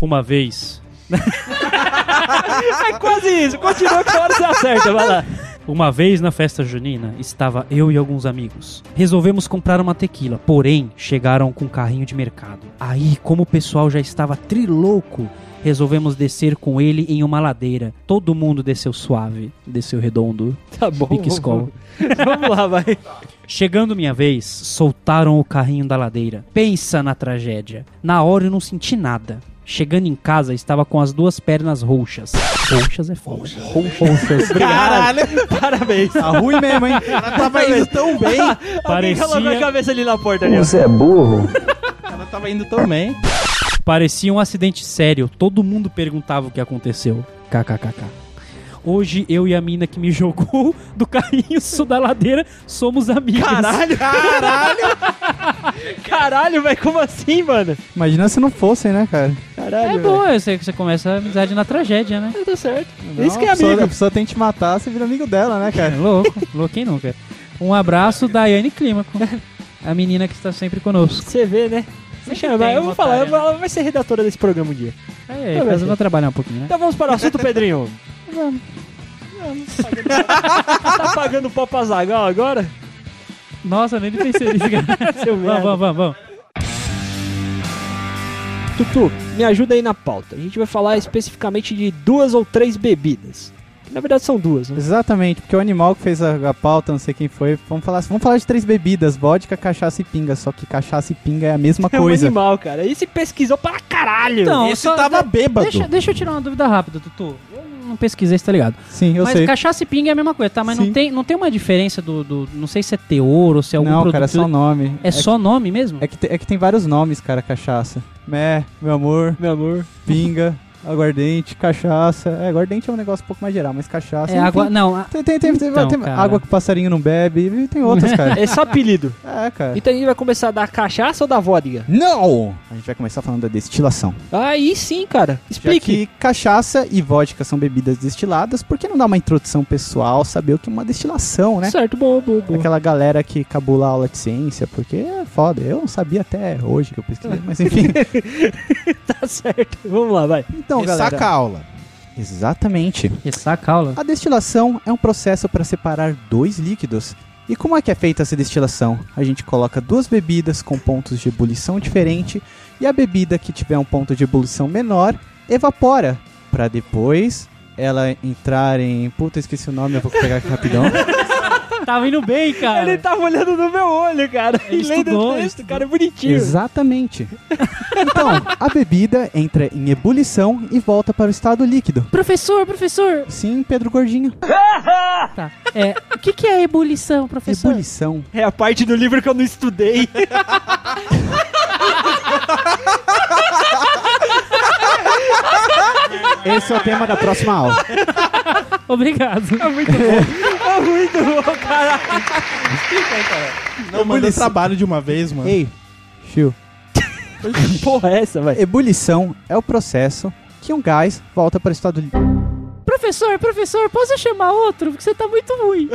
E: Uma vez,
B: É quase isso, continua que hora você acerta, vai lá.
E: Uma vez na festa junina, estava eu e alguns amigos. Resolvemos comprar uma tequila, porém chegaram com um carrinho de mercado. Aí, como o pessoal já estava trilouco, resolvemos descer com ele em uma ladeira. Todo mundo desceu suave, desceu redondo,
B: Tá bom.
E: pique escola.
B: Vamos lá, vai.
E: Chegando minha vez, soltaram o carrinho da ladeira. Pensa na tragédia. Na hora eu não senti nada. Chegando em casa, estava com as duas pernas roxas. Roxas é foda. Roxas.
C: Caralho.
B: Parabéns.
A: Tá ruim mesmo, hein?
C: Ela tava indo tão bem.
B: Alguém calou a
E: Parecia-
B: cabeça ali na porta ali. ó.
C: Ela tava indo tão bem.
E: Parecia um acidente sério. Todo mundo perguntava o que aconteceu. KKKK. Hoje eu e a mina que me jogou do carrinho su- da ladeira somos amigos.
B: Caralho,
C: Caralho.
B: caralho, velho, como assim, mano?
A: Imagina se não fossem, né, cara?
B: Caralho,
E: É bom, você, você começa a amizade na tragédia, né?
B: velho. É, Tá certo.
A: Não,
B: Isso que é
A: a pessoa, a
B: amigo.
A: pessoa tem que te matar, você vira amigo dela, né,
E: É
A: cara?
E: louco, louco quem nunca. Um abraço, Daiane Clímaco, a menina que está sempre conosco.
B: Você vê, né? Me
E: Sempre
B: chama,
E: tem
B: eu
E: uma né?
B: vou falar,
E: otária,
B: eu vou- ela vai ser redatora desse programa um dia.
E: É, é,
B: Tá
E: faz
B: bem.
E: eu trabalhar um pouquinho, né?
B: Então vamos para o assunto, Pedrinho.
E: Vamos.
B: Tá pagando pau pra Zagal agora?
E: Nossa, eu nem pensei nisso, cara.
B: Seu merda.
E: vamos, vamos, vamos, vamos.
B: Tutu, me ajuda aí na pauta. A gente vai falar especificamente de duas ou três bebidas. Que na verdade são duas, né?
A: Exatamente, porque o animal que fez a, a pauta, não sei quem foi, vamos falar, vamos falar de três bebidas, vodka, cachaça e pinga, só que cachaça e pinga é a mesma
B: É um
A: coisa.
B: animal, cara. E se pesquisou pra caralho.
E: Então,
C: Esse
E: só-
C: tava
F: Tá
C: bêbado.
E: Deixa, deixa eu tirar uma dúvida rápida, Tutu. Eu não pesquisei, você tá ligado?
A: Sim, eu
E: mas
A: sei.
E: cachaça e pinga é a mesma coisa, tá? Mas não
A: Sim.
E: tem, não tem uma diferença do, do- Não sei se é teor ou se é algum
A: Não,
E: produto.
A: cara, é só nome.
E: É só nome mesmo?
A: É que, te- é que tem vários nomes, cara, cachaça. Mé, meu amor,
B: Meu amor.
A: pinga, aguardente, cachaça. É, aguardente é um negócio um pouco mais geral, mas cachaça.
E: É
A: enfim.
E: água. Não, a-
A: Tem, tem, tem, tem-
E: Então,
A: tem
E: cara.
A: água que o passarinho não bebe, e tem outras, cara.
B: É só apelido.
A: é, cara.
B: Então a gente vai começar da cachaça ou da vodka?
A: Não! A gente vai começar falando da destilação.
B: Aí sim, cara.
A: Já que
B: Explique.
A: cachaça e vodka são bebidas destiladas, por que não dar uma introdução pessoal, saber o que é uma destilação, né?
B: Certo, bom, bom, bom.
A: Aquela galera que cabula a aula de ciência, porque é foda. Eu não sabia até hoje que eu pesquisei, mas enfim.
B: Tá certo. Vamos lá, vai.
A: Então, galera.
C: Ressaca a aula.
A: Exatamente.
E: Ressaca aula.
A: A destilação é um processo para separar dois líquidos. E como é que é feita essa destilação? A gente coloca duas bebidas com pontos de ebulição diferente e a bebida que tiver um ponto de ebulição menor evapora para depois ela entrar em puta esqueci o nome, eu vou pegar aqui rapidão.
E: Tava indo bem, cara.
B: Ele tava olhando no meu olho, cara.
E: Ele
B: e lendo
E: estudou,
B: o
E: ele
B: texto,
E: estudou.
B: cara, é bonitinho.
A: Exatamente. Então, a bebida entra em ebulição e volta para o estado líquido.
E: Professor, professor.
A: Sim, Pedro Gordinho.
E: Tá. É, o que, que é ebulição, professor?
A: Ebulição
B: É a parte do livro que eu não estudei.
A: Esse é o tema da próxima aula.
E: Obrigado.
B: é muito bom, cara.
C: Não manda trabalho de uma vez, mano.
A: Ei, Chiu.
B: Que porra é essa, vai?
A: Ebulição é o processo que um gás volta para o estado líquido.
E: professor, professor, posso chamar outro? Porque você tá muito ruim.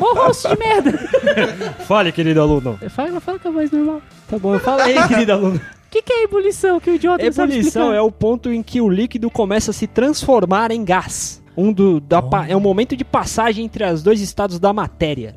E: Ô, rosto de merda.
B: Fale, querido aluno.
E: Fala, fala com a voz normal.
B: Tá bom, fala aí, querido aluno.
E: O que, que é ebulição? Que o idiota não sabe
B: Ebulição
E: explicar.
B: é o ponto em que o líquido começa a se transformar em gás. Um do, da pa- é um momento de passagem entre os dois estados da matéria.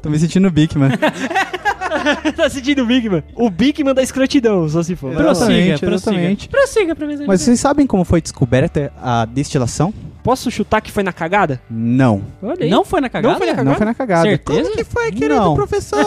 A: Tô me sentindo Big, mano.
B: tá sentindo o É. Bigman? O Bigman da escrotidão, só se for.
E: Pro- Prossiga, prossiga.
A: exatamente.
E: Prossiga, professor.
A: Mas vocês sabem como foi descoberta a destilação?
B: Posso chutar que foi na cagada?
A: Não.
B: Olha
E: Não foi na cagada?
B: Não foi na
A: Não foi na cagada.
E: Certeza?
A: que foi, querido professor?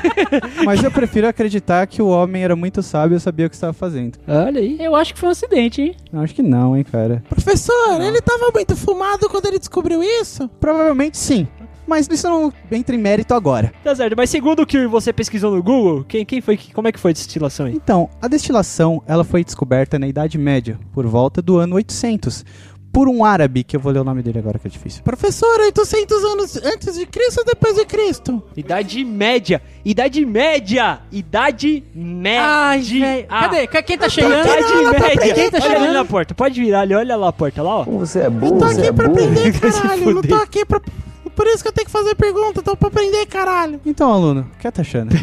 A: Mas eu prefiro acreditar que o homem era muito sábio e sabia o que estava fazendo.
B: Olha aí.
E: Eu acho que foi um acidente, hein?
A: Não, acho que não, hein, cara.
C: Professor, ele tava muito fumado quando ele descobriu isso?
A: Provavelmente sim. Mas isso não entra em mérito agora.
B: Tá certo, mas segundo o que você pesquisou no Google, quem, quem foi, que- como é que foi a destilação aí?
A: Então, a destilação ela foi descoberta na Idade Média, por volta do ano 800, por um árabe, que eu vou ler o nome dele agora que é difícil.
C: Professor, 800 anos antes de Cristo ou depois de Cristo?
B: Idade média, idade média, idade média.
E: velho. Cadê? Ca- Quem tá chegando?
B: Idade média.
E: Quem tá
B: olha ali na
E: chegando?
B: porta, pode virar ali, olha lá a porta, lá ó.
C: Eu tô
A: é,
C: aqui pra aprender, caralho. Não tô
B: fuder.
C: aqui pra... Por isso que eu tenho que fazer pergunta, tô pra aprender, caralho.
A: Então, aluno, o que tá achando?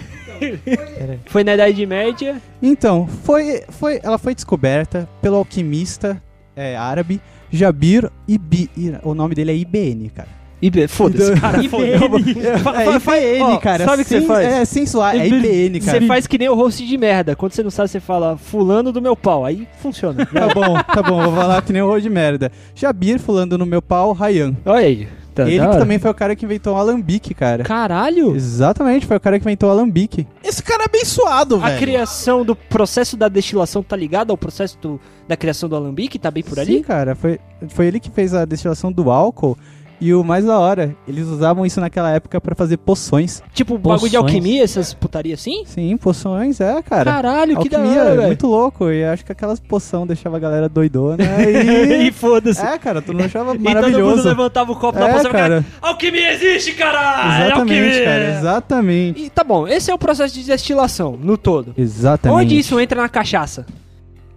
B: Foi na idade média.
A: então, foi, foi, ela foi descoberta pelo alquimista é, árabe Jabir Ibi. Ira- O nome dele é IBN, cara.
B: E foda-se, cara, foda-se. Fa- fa- fa-
A: É IBN,
B: ó,
A: cara.
B: Sabe o que você
A: Sim,
B: faz?
A: É sensual, é IBN, cara.
B: Você faz que nem o host de merda. Quando você não sabe, você fala fulano do meu pau. Aí funciona.
A: Tá bom, tá bom, vou falar que nem o rol de merda. Jabir fulando no meu pau, Rayan.
B: Olha aí. Tá
A: Ele
B: da
A: que
B: hora.
A: também foi o cara que inventou o alambique, cara.
B: Caralho!
A: Exatamente, foi o cara que inventou o alambique.
C: Esse cara é abençoado,
B: A
C: velho.
B: criação do processo da destilação tá ligada ao processo do- da criação do alambique? Tá bem por
A: Sim,
B: ali?
A: cara, foi, foi ele que fez a destilação do álcool E o mais da hora, eles usavam isso naquela época pra fazer poções.
B: Tipo, bagulho de
E: Poções.
B: alquimia, essas putarias assim?
A: Sim, poções, é, cara.
B: Caralho, que da
A: Alquimia, é
B: hora, velho.
A: muito louco. E acho que aquelas poção deixava a galera doidona. E...
B: E foda-se.
A: é, cara, tu não achava
B: E todo mundo
A: maravilhoso.
B: levantava o copo da
A: É,
B: poção e ficava,
A: cara.
B: Alquimia existe, caralho!
A: Exatamente,
B: alquimia!
A: cara. Exatamente.
B: E tá bom, esse é o processo de destilação, no todo.
A: Exatamente.
B: Onde isso entra na cachaça?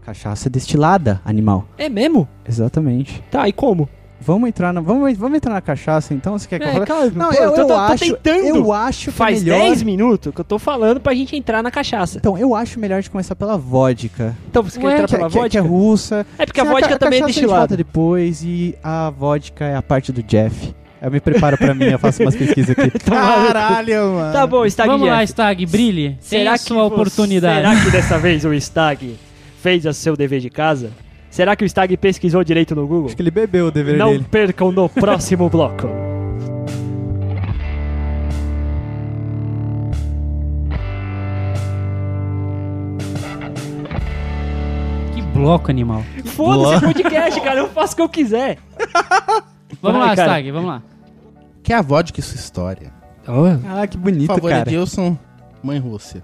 A: Cachaça destilada, animal.
B: É mesmo?
A: Exatamente.
B: Tá, e como?
A: Vamos entrar na, vamos, vamos entrar na cachaça, então? Você quer que eu
B: É,
A: fale?
B: calma,
A: Não,
B: pô,
A: eu,
B: eu tô-
A: eu
B: tô
A: acho,
B: tentando.
A: Eu acho que
B: Faz
A: é melhor...
B: 10 minutos que eu tô falando pra gente entrar na cachaça.
A: Então, eu acho melhor de começar pela vodka.
B: Então você quer
A: Ué,
B: entrar
A: que,
B: pela
A: que- que é
B: vodka?
A: russa.
B: É porque a
A: Sim,
B: vodka
A: ca-
B: também é
A: cachaça a gente volta
B: destilada.
A: depois e a vodka é a parte do Jeff. Eu me preparo pra mim, eu faço umas pesquisas aqui. Caralho, mano.
B: Tá bom, Stag
E: Vamos
B: Jeff.
E: lá, Stag, brilhe. Tem
B: Será
E: a
B: que
E: sua
B: você-
E: oportunidade.
B: Será que dessa vez o Stag fez o seu dever de casa? Será que o Stag pesquisou direito no Google?
A: Acho que ele bebeu o dever
B: Não
A: dele.
B: percam no próximo bloco.
E: Que bloco, animal.
B: Foda-se é podcast, cara. Eu faço o que eu quiser.
E: Vamos
B: Vai,
E: lá,
B: cara.
E: Stag, vamos lá.
F: Que é a vodka e sua história.
A: Ah, que
F: Por
A: bonito,
F: favor,
A: cara.
F: Edilson, mãe Rússia.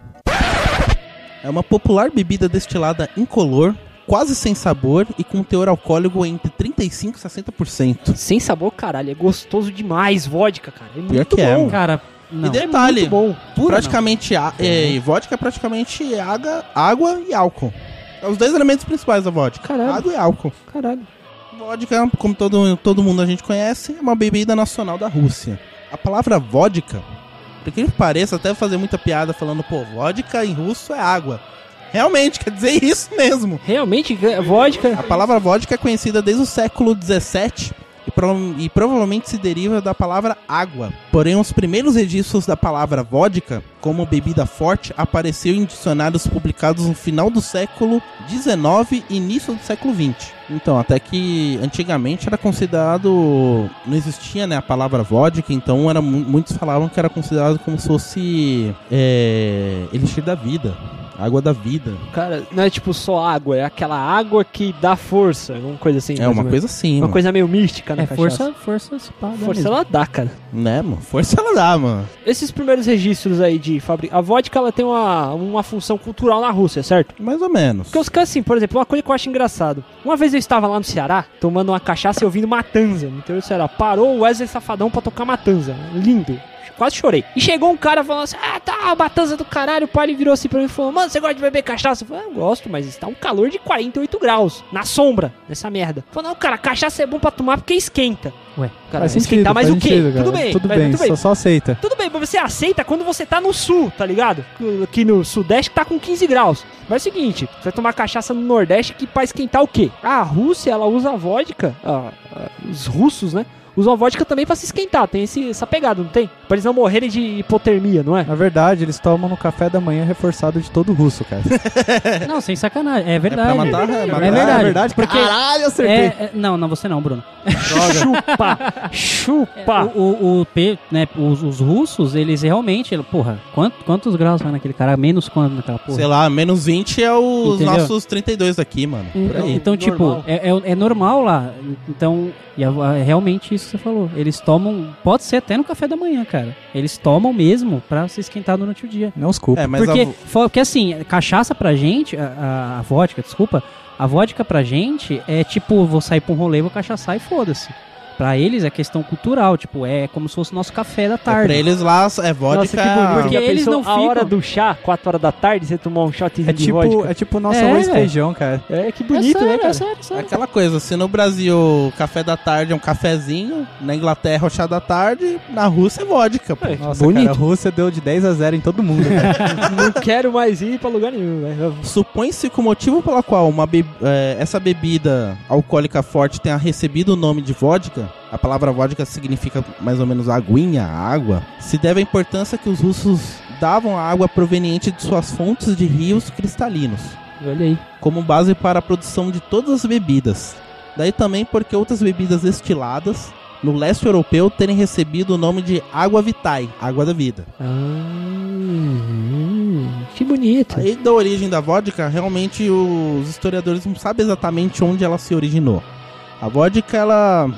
F: É uma popular bebida destilada incolor, quase sem sabor e com teor alcoólico entre 35% e 60%.
B: Sem sabor, caralho. É gostoso demais vodka, cara. É muito
F: que é,
B: bom.
E: Cara, não.
F: e detalhe,
B: muito bom.
E: Puro
F: praticamente a, é, vodka é praticamente água, água e álcool. É os dois elementos principais da vodka.
B: Caralho.
F: Água e álcool.
B: Caralho.
F: Vodka, como todo, todo mundo a gente conhece, é uma bebida nacional da Rússia. A palavra vodka, por que pareça, até fazer muita piada falando, pô, vodka em russo é água. Realmente, quer dizer isso mesmo.
B: Realmente, é vodka.
F: A palavra vodka é conhecida desde o século 17 e, pro- e provavelmente se deriva da palavra água. Porém, os primeiros registros da palavra vodka como bebida forte apareceu em dicionários publicados no final do século 19 e início do século 20. Então, até que antigamente era considerado não existia né, a palavra vodka, então era, mu- muitos falavam que era considerado como se fosse é, elixir da vida, água da vida.
B: Cara, não é tipo só água. É aquela água que dá força. Uma coisa assim.
F: É
B: mais
F: uma
B: ou menos.
F: coisa assim,
B: Uma
F: mano.
B: coisa meio mística na
E: É,
B: cachaça.
E: força, força, se pá, dá
B: Força
E: mesmo.
B: ela dá, cara.
F: né, mano? Força ela dá, mano.
B: Esses primeiros registros aí de fábrica. A vodka ela tem uma, uma função cultural na Rússia, certo?
F: Mais ou menos.
B: Porque os caras, assim, por exemplo, uma coisa que eu acho engraçado. Uma vez eu estava lá no Ceará, tomando uma cachaça e ouvindo Matanza, no interior do Ceará. Parou o Wesley Safadão pra tocar Matanza. Lindo. Quase chorei. E chegou um cara falando assim, ah, tá, Matanza do caralho. O pai ele virou assim pra mim e falou, mano, você gosta de beber cachaça? Eu falei, ah, eu gosto, mas está um calor de 48 graus, na sombra, nessa merda. Falou, não, cara, cachaça é bom pra tomar porque esquenta.
E: Ué,
B: cara,
A: Faz
B: esquentar
A: sentido,
B: mais
A: faz
B: o quê?
A: sentido,
B: tudo
A: cara.
B: bem,
A: Tudo
B: mas
A: bem,
B: tudo bem.
A: Só, só aceita.
B: Tudo bem, mas você aceita quando você tá no sul, tá ligado? Aqui no Sudeste que tá com 15 graus. Mas é o seguinte, você vai tomar cachaça no Nordeste que pra esquentar o quê? A Rússia, ela usa vodka, ah, ah, os russos, né? Usam vodka também pra se esquentar, tem esse- essa pegada, não tem? Pra eles não morrerem de hipotermia, não é?
A: Na verdade, eles tomam no café da manhã reforçado de todo russo, cara.
E: Não, sem sacanagem. É verdade.
F: pra matar-
E: é,
F: matar-
E: verdade.
A: É verdade, porque... Caralho, acertei.
E: É- é- não, não, você não, Bruno.
B: Chupa! Chupa!
E: É, O, o, o P, né, os, os russos, eles realmente, ele- porra, quanto- quantos graus vai naquele cara? Menos quanto naquela porra?
F: Sei lá, menos 20 é os
E: Entendeu?
F: nossos 32 daqui, mano. Por
E: Então,
F: aí.
E: então, tipo,
B: Normal.
E: é, é- é normal lá. Então, e é- é realmente isso que você falou. Eles tomam, pode ser até no café da manhã, cara. Eles tomam mesmo pra se esquentar durante o dia.
A: Não os culpa.
F: É, mas
E: porque,
F: a vo-
E: fo- porque assim, cachaça pra gente, a, a- a vodka, desculpa, a vodka pra gente é tipo, vou sair pra um rolê, vou cachaçar e foda-se. Pra eles é questão cultural, tipo, é como se fosse nosso café da
F: é pra
E: tarde.
F: eles lá é vodka.
E: porque
B: Já
E: eles
B: pensou
E: não
B: A
E: ficam-
B: hora do chá, 4 horas da tarde, você tomar um shotzinho
A: É
B: de
A: tipo,
B: vodka.
A: é tipo nosso
E: É,
A: arroz e
E: velho.
A: feijão, cara.
B: É, que bonito,
E: é sério,
B: né, cara?
E: É sério, é sério.
F: é aquela coisa, se no Brasil o café da tarde é um cafezinho, na Inglaterra é o chá da tarde, na Rússia é vodka. pô.
B: É.
A: Nossa,
B: Bonito.
A: cara, a Rússia deu de 10 a 0 em todo mundo, cara.
B: Não quero mais ir pra lugar nenhum, velho.
F: Supõe-se que o motivo pelo qual uma be- é, essa bebida alcoólica forte tenha recebido o nome de vodka, a palavra vodka significa mais ou menos aguinha, água, se deve à importância que os russos davam à água proveniente de suas fontes de rios cristalinos.
B: Olha aí.
F: como base para a produção de todas as bebidas. Daí também porque outras bebidas destiladas no leste europeu terem recebido o nome de água vitae, água da vida.
B: Ah, hum, Ah, que bonito.
F: Aí da origem da vodka, realmente os historiadores não sabem exatamente onde ela se originou. A vodka ela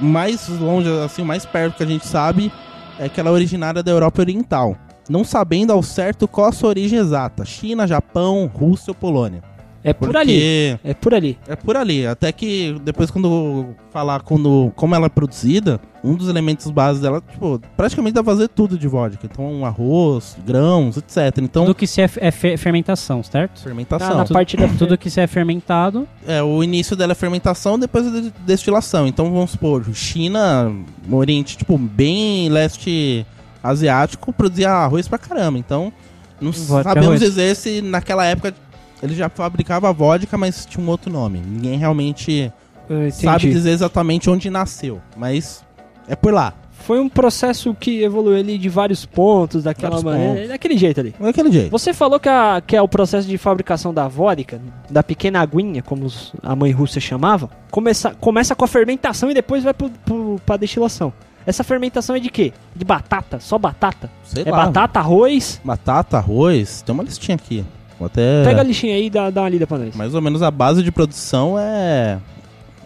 F: mais longe, assim, mais perto que a gente sabe, é que ela é originária da Europa Oriental. Não sabendo ao certo qual a sua origem exata: China, Japão, Rússia ou Polônia.
B: É por ali. É por ali.
F: É por ali. Até que depois, quando eu falar quando, como ela é produzida, um dos elementos básicos dela, tipo, praticamente dá pra fazer tudo de vodka. Então, arroz, grãos, etc. Então,
E: Tudo que se é, fe- é fe- fermentação, certo?
B: Na,
F: fermentação.
B: tá Ah, na parte da.
E: Tudo que se é fermentado,
F: É, o início dela é fermentação, depois a de- destilação. Então vamos supor, China, no Oriente, tipo, bem leste asiático, produzia arroz pra caramba. Então, não
E: Vodka,
F: sabemos
E: arroz.
F: dizer se naquela época ele já fabricava vodka, mas tinha um outro nome. Ninguém realmente
B: Eu entendi.
F: sabe dizer exatamente onde nasceu, mas é por lá.
B: Foi um processo que evoluiu ali de vários pontos, daquela
F: Vários
B: maneira.
F: pontos.
B: Daquele jeito ali.
F: Daquele É jeito.
B: Você falou que, a- que é o processo de fabricação da vodka, da pequena aguinha, como os- a mãe russa chamava, começa, começa com a fermentação e depois vai pro, pro, pra destilação. Essa fermentação é de quê? De batata, só batata?
F: Sei
B: é
F: lá.
B: batata, arroz?
F: Batata, arroz, tem uma listinha aqui. Vou até...
B: Pega a lixinha aí e dá, dá uma lida pra nós.
F: Mais ou menos a base de produção é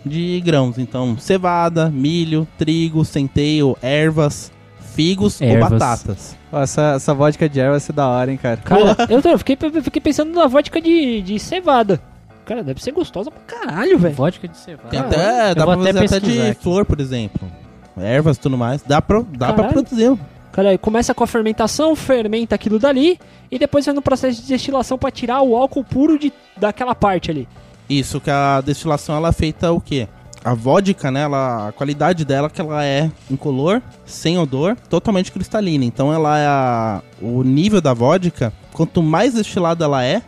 F: de grãos. Então, cevada, milho, trigo, centeio, ervas, figos
E: Ervas.
F: ou batatas.
A: Ó, essa, essa vodka de erva vai ser da hora, hein, cara.
B: Cara, eu, tô- eu fiquei, eu fiquei pensando na vodka de, de cevada. Cara, deve ser gostosa pra caralho, velho.
E: vodka de cevada.
F: Tem até, dá
E: Ah, vou
F: pra
E: até
F: fazer até de
E: pesquisar aqui.
F: flor, por exemplo. Ervas e tudo mais. Dá pra, dá pra
B: Caralho.
F: produzir.
B: Cara, começa com a fermentação, fermenta aquilo dali e depois vai no processo de destilação pra tirar o álcool puro de, daquela parte ali.
F: Isso, que a destilação ela é feita o quê? A vodka, né, ela, a qualidade dela é que ela é incolor, sem odor, totalmente cristalina. Então ela é a- o nível da vodka, quanto mais destilada ela é,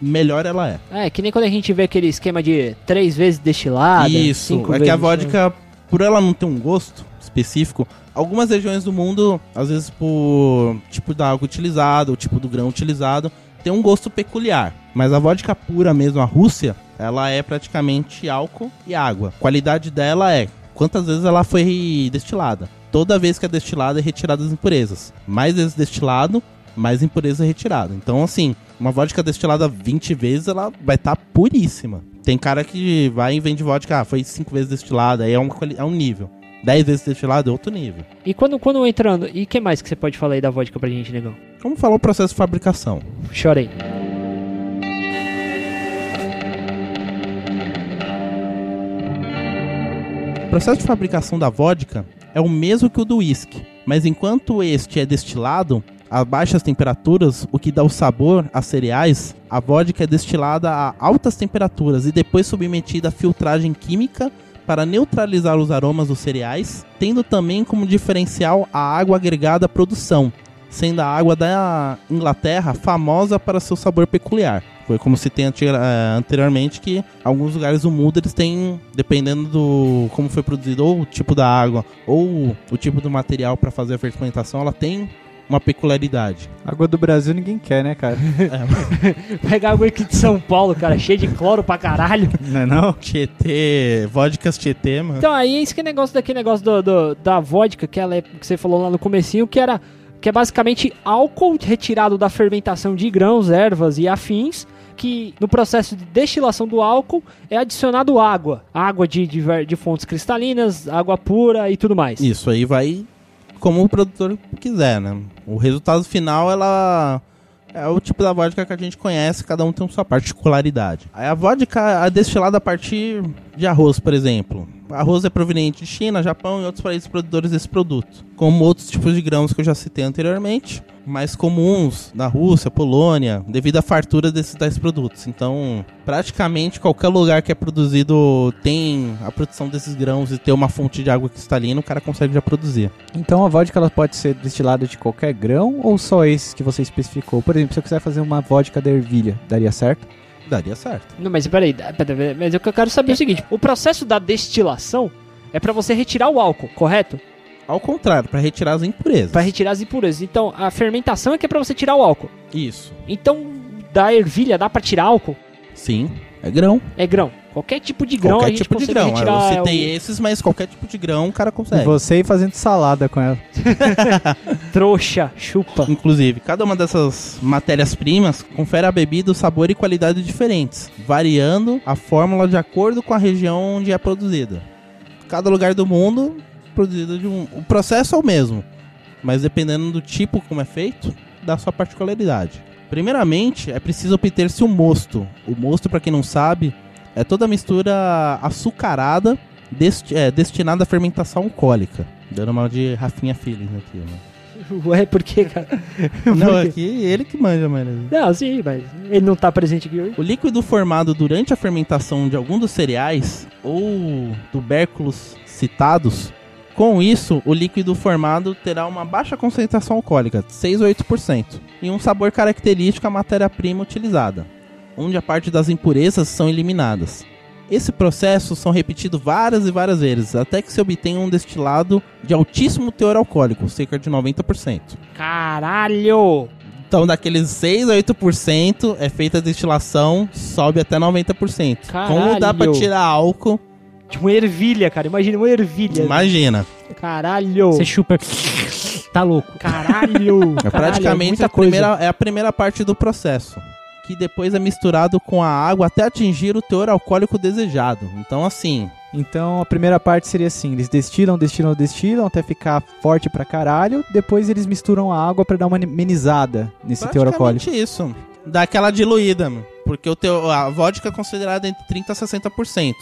F: melhor ela é.
B: É, que nem quando a gente vê aquele esquema de três vezes destilada.
F: Isso,
B: cinco
F: é que a
B: vezes-
F: vodka, por ela não ter um gosto específico, algumas regiões do mundo, às vezes por tipo da água utilizada, o tipo do grão utilizado, tem um gosto peculiar. Mas a vodka pura mesmo, a Rússia, ela é praticamente álcool e água. A qualidade dela é quantas vezes ela foi destilada. Toda vez que é destilada é retirada as impurezas. Mais vezes destilado, mais impureza é retirada. Então, assim, uma vodka destilada 20 vezes, ela vai estar puríssima. Tem cara que vai e vende vodka, ah, foi 5 vezes destilada, aí é, uma, quali- é um nível. 10 vezes destilada é outro nível.
B: né? E quando, quando entrando, e que mais que você pode falar aí da vodka pra gente, negão?
F: Vamos falar o processo de fabricação.
B: Chorei.
F: O processo de fabricação da vodka é o mesmo que o do uísque, mas enquanto este é destilado a baixas temperaturas, o que dá o sabor a cereais, a vodka é destilada a altas temperaturas e depois submetida a filtragem química para neutralizar os aromas dos cereais, tendo também como diferencial a água agregada à produção, sendo a água da Inglaterra famosa para seu sabor peculiar. Foi como se tem eh, anteriormente que alguns lugares do mundo eles têm, dependendo do como foi produzido, ou o tipo da água, ou o tipo do material para fazer a fermentação, ela tem uma peculiaridade.
A: Água do Brasil ninguém quer, né, cara?
B: Pegar água aqui de São Paulo, cara, cheio de cloro pra caralho.
A: Não é não?
F: Tietê, vodkas Tietê, mano.
B: Então, aí é isso que é negócio daquele negócio do, do- da vodka que, ela é, que você falou lá no comecinho, que era que é basicamente álcool retirado da fermentação de grãos, ervas e afins, que no processo de destilação do álcool é adicionado água. Água de, diver- de fontes cristalinas, água pura e tudo mais.
F: Isso aí vai como o produtor quiser, né? O resultado final, ela é o tipo da vodka que a gente conhece, cada um tem sua particularidade. Aí a vodka é destilada a partir de arroz, por exemplo. Arroz é proveniente de China, Japão e outros países produtores desse produto, como outros tipos de grãos que eu já citei anteriormente, mais comuns na Rússia, Polônia, devido à fartura desses tais produtos. Então, praticamente qualquer lugar que é produzido tem a produção desses grãos e ter uma fonte de água cristalina, o cara consegue já produzir.
A: Então a vodka ela pode ser destilada de qualquer grão ou só esses que você especificou? Por exemplo, se eu quiser fazer uma vodka da ervilha, daria certo?
F: Daria certo.
B: Não, mas peraí, dá- peraí, mas eu quero saber é o seguinte: o processo da destilação é pra você retirar o álcool, correto?
F: Ao contrário, para retirar as impurezas.
B: Pra retirar as impurezas. Então, a fermentação é que é pra você tirar o álcool.
F: Isso.
B: Então, da ervilha dá pra tirar álcool?
F: Sim, é grão.
B: É grão. Qualquer tipo de grão a
F: qualquer
B: gente
F: tipo de
B: consegue
F: grão.
B: retirar.
F: Eu citei
B: é,
F: esses, mas qualquer tipo de grão o cara
A: E
F: consegue.
A: você ir fazendo salada com ela.
B: o trouxa, chupa.
F: Inclusive, cada uma dessas matérias-primas confere à bebida o sabor e qualidade diferentes, variando a fórmula de acordo com a região onde é produzida. cada lugar do mundo produzido de um. O processo é o mesmo, mas dependendo do tipo como é feito, da sua particularidade. Primeiramente, é preciso obter-se o mosto. O mosto, para quem não sabe, é toda a mistura açucarada desti- é, destinada à fermentação alcoólica. Dando mal de Rafinha Feelings aqui, né?
B: Ué, por que, cara?
F: Não,
B: Por quê?
F: aqui ele que manja, mano.
B: Não, sim, mas ele não tá presente aqui hoje.
F: O líquido formado durante a fermentação de algum dos cereais ou tubérculos citados, com isso, o líquido formado terá uma baixa concentração alcoólica, de 6 ou 8%, e um sabor característico à matéria-prima utilizada, onde a parte das impurezas são eliminadas. Esse processo são repetido várias e várias vezes, até que se obtenha um destilado de altíssimo teor alcoólico, cerca de 90%.
B: Caralho!
F: Então, daqueles 6 a 8% é feita a destilação, sobe até 90%. Como dá pra
B: Caralho.
F: tirar álcool?
B: Tipo uma ervilha, cara. Imagina uma ervilha.
F: Imagina.
B: Caralho!
E: Você chupa. Tá louco.
B: Caralho!
F: É
B: Caralho,
F: praticamente
B: muita
F: a,
B: coisa.
F: primeira, é a primeira parte do processo. Que depois é misturado com a água até atingir o teor alcoólico desejado. Então, assim,
A: Então a primeira parte seria assim: eles destilam, destilam, destilam até ficar forte pra caralho. Depois eles misturam a água pra dar uma amenizada nesse teor alcoólico.
F: praticamente isso. Dá aquela diluída, meu. porque o teu, a vodka é considerada entre 30% a 60%.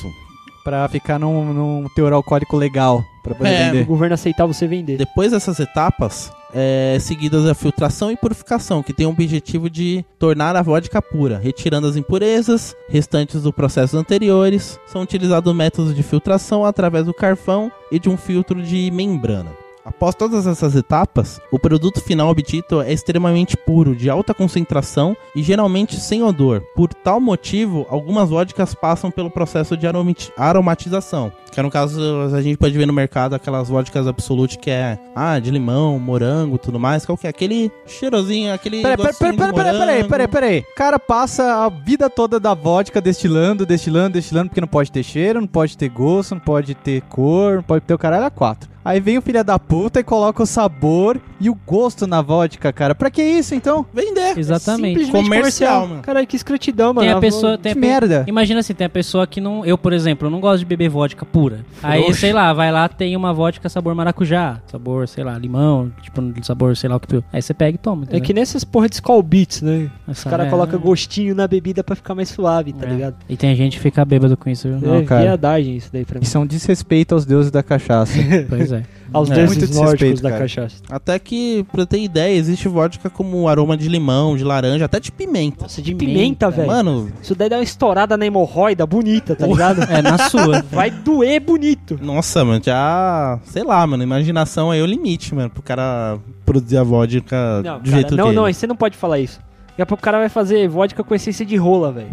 A: Pra ficar num, num teor alcoólico legal pra poder
F: É,
B: O
A: vender.
B: governo aceitar você vender.
F: Depois dessas etapas, é, seguidas a filtração e purificação, que tem o objetivo de tornar a vodka pura, retirando as impurezas restantes do processo anteriores. São utilizados métodos de filtração através do carvão e de um filtro de membrana. Após todas essas etapas, o produto final obtido é extremamente puro, de alta concentração e geralmente sem odor. Por tal motivo, algumas vodkas passam pelo processo de aromati- aromatização. Que no caso a gente pode ver no mercado aquelas vodkas absolute que é ah, de limão, morango, tudo mais, qual que é? Aquele cheirosinho, aquele
A: Peraí, peraí,
F: gostinho
A: peraí, peraí,
F: de
A: peraí, peraí,
F: morango.
A: peraí, peraí. O cara passa a vida toda da vodka destilando, destilando, destilando, porque não pode ter cheiro, não pode ter gosto, não pode ter cor, não pode ter o caralho a quatro. Aí vem o filho da puta e coloca o sabor e o gosto na vodka, cara. Pra que isso então?
F: Vender.
E: Exatamente.
B: Simplesmente
F: Comercial,
B: comercial.
F: mano.
B: Caralho, que escrotidão, mano.
E: Tem a
B: Ela
E: pessoa.
B: falou-
E: Tem a
A: que
E: pe-
A: merda.
E: Imagina assim, tem a pessoa que não. Eu, por exemplo, eu não gosto de beber vodka pura. Aí, sei lá, vai lá, tem uma vodka sabor maracujá. Sabor, sei lá, limão. Tipo, sabor, sei lá o que. for. Aí você pega e toma.
B: É que nem essas porra de Skull Beats, né? Os
E: Essa-
B: caras
E: é.
B: colocam gostinho na bebida pra ficar mais suave, tá
E: É.
B: ligado?
E: E tem gente que fica bêbado com isso, viu?
A: Não,
B: é
A: cara.
B: viadagem isso daí pra mim.
A: Isso é um desrespeito aos deuses da cachaça.
E: Pois é.
B: Aos
A: É. Muito
B: deuses
A: desrespeito,
B: nórdicos da
A: cara.
B: cachaça.
F: Até que, pra ter ideia, existe vodka como aroma de limão, de laranja, até de pimenta.
B: Nossa, de pimenta, velho.
F: Mano,
B: Isso daí dá uma estourada na hemorroida bonita, tá ligado?
E: É, na sua.
B: Vai doer bonito.
F: Nossa, mano, já. Sei lá, mano. Imaginação aí é o limite, mano. Pro cara produzir a vodka
B: Não,
F: do
B: cara,
F: jeito
B: não, é
F: dele.
B: não, você não pode falar isso. Daqui a pouco o cara vai fazer vodka com essência de rola, velho.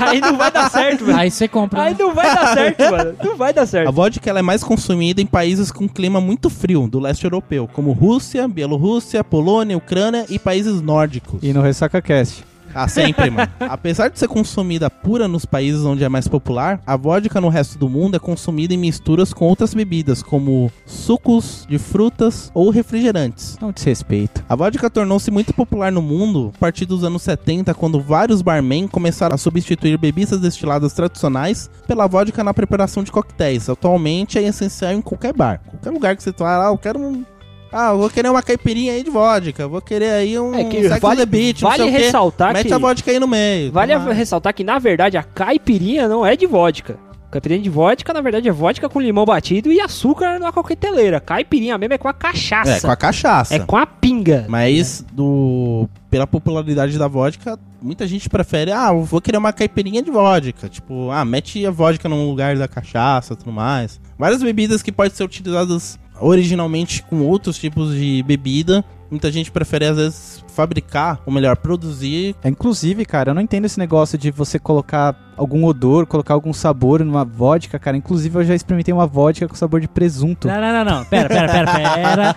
B: Aí não vai dar certo, velho.
E: Aí você compra.
B: Aí
E: né?
B: não vai dar certo, mano. Não vai dar
F: A
B: certo.
F: vodka ela é mais consumida em países com clima muito frio do leste europeu, como Rússia, Bielorrússia, Polônia, Ucrânia e países nórdicos.
A: e no Ressaca Cast.
F: Ah, sempre, mano. Apesar de ser consumida pura nos países onde é mais popular, a vodka no resto do mundo é consumida em misturas com outras bebidas, como sucos de frutas ou refrigerantes.
A: Não É um desrespeito.
F: A vodka tornou-se muito popular no mundo a partir dos anos 70, quando vários barmen começaram a substituir bebidas destiladas tradicionais pela vodka na preparação de coquetéis. Atualmente é essencial em qualquer bar. Qualquer lugar que você vá lá, eu quero um. Ah, eu vou querer uma caipirinha aí de vodka. Vou querer aí um.
B: É que
F: Sex on
B: vale-
F: the beach,
B: vale
F: não tipo, sei o quê.
B: ressaltar
F: Mete
B: que-
F: a vodka aí no meio.
B: Vale
F: Toma.
B: ressaltar que, na verdade, a caipirinha não é de vodka. Caipirinha de vodka, na verdade, é vodka com limão batido e açúcar na coqueteleira. Caipirinha mesmo é com a cachaça.
F: É, com a cachaça.
B: É com a pinga.
F: Mas do pela popularidade da vodka, muita gente prefere, ah, eu vou querer uma caipirinha de vodka, tipo, ah, mete a vodka num lugar da cachaça, tudo mais. Várias bebidas que podem ser utilizadas originalmente com outros tipos de bebida. Muita gente prefere às vezes fabricar, ou melhor, produzir
A: É, inclusive, cara, eu não entendo esse negócio de você colocar algum odor, colocar algum sabor numa vodka, cara. Inclusive, eu já experimentei uma vodka com sabor de presunto.
E: Não, não, não, não. Pera, pera, pera,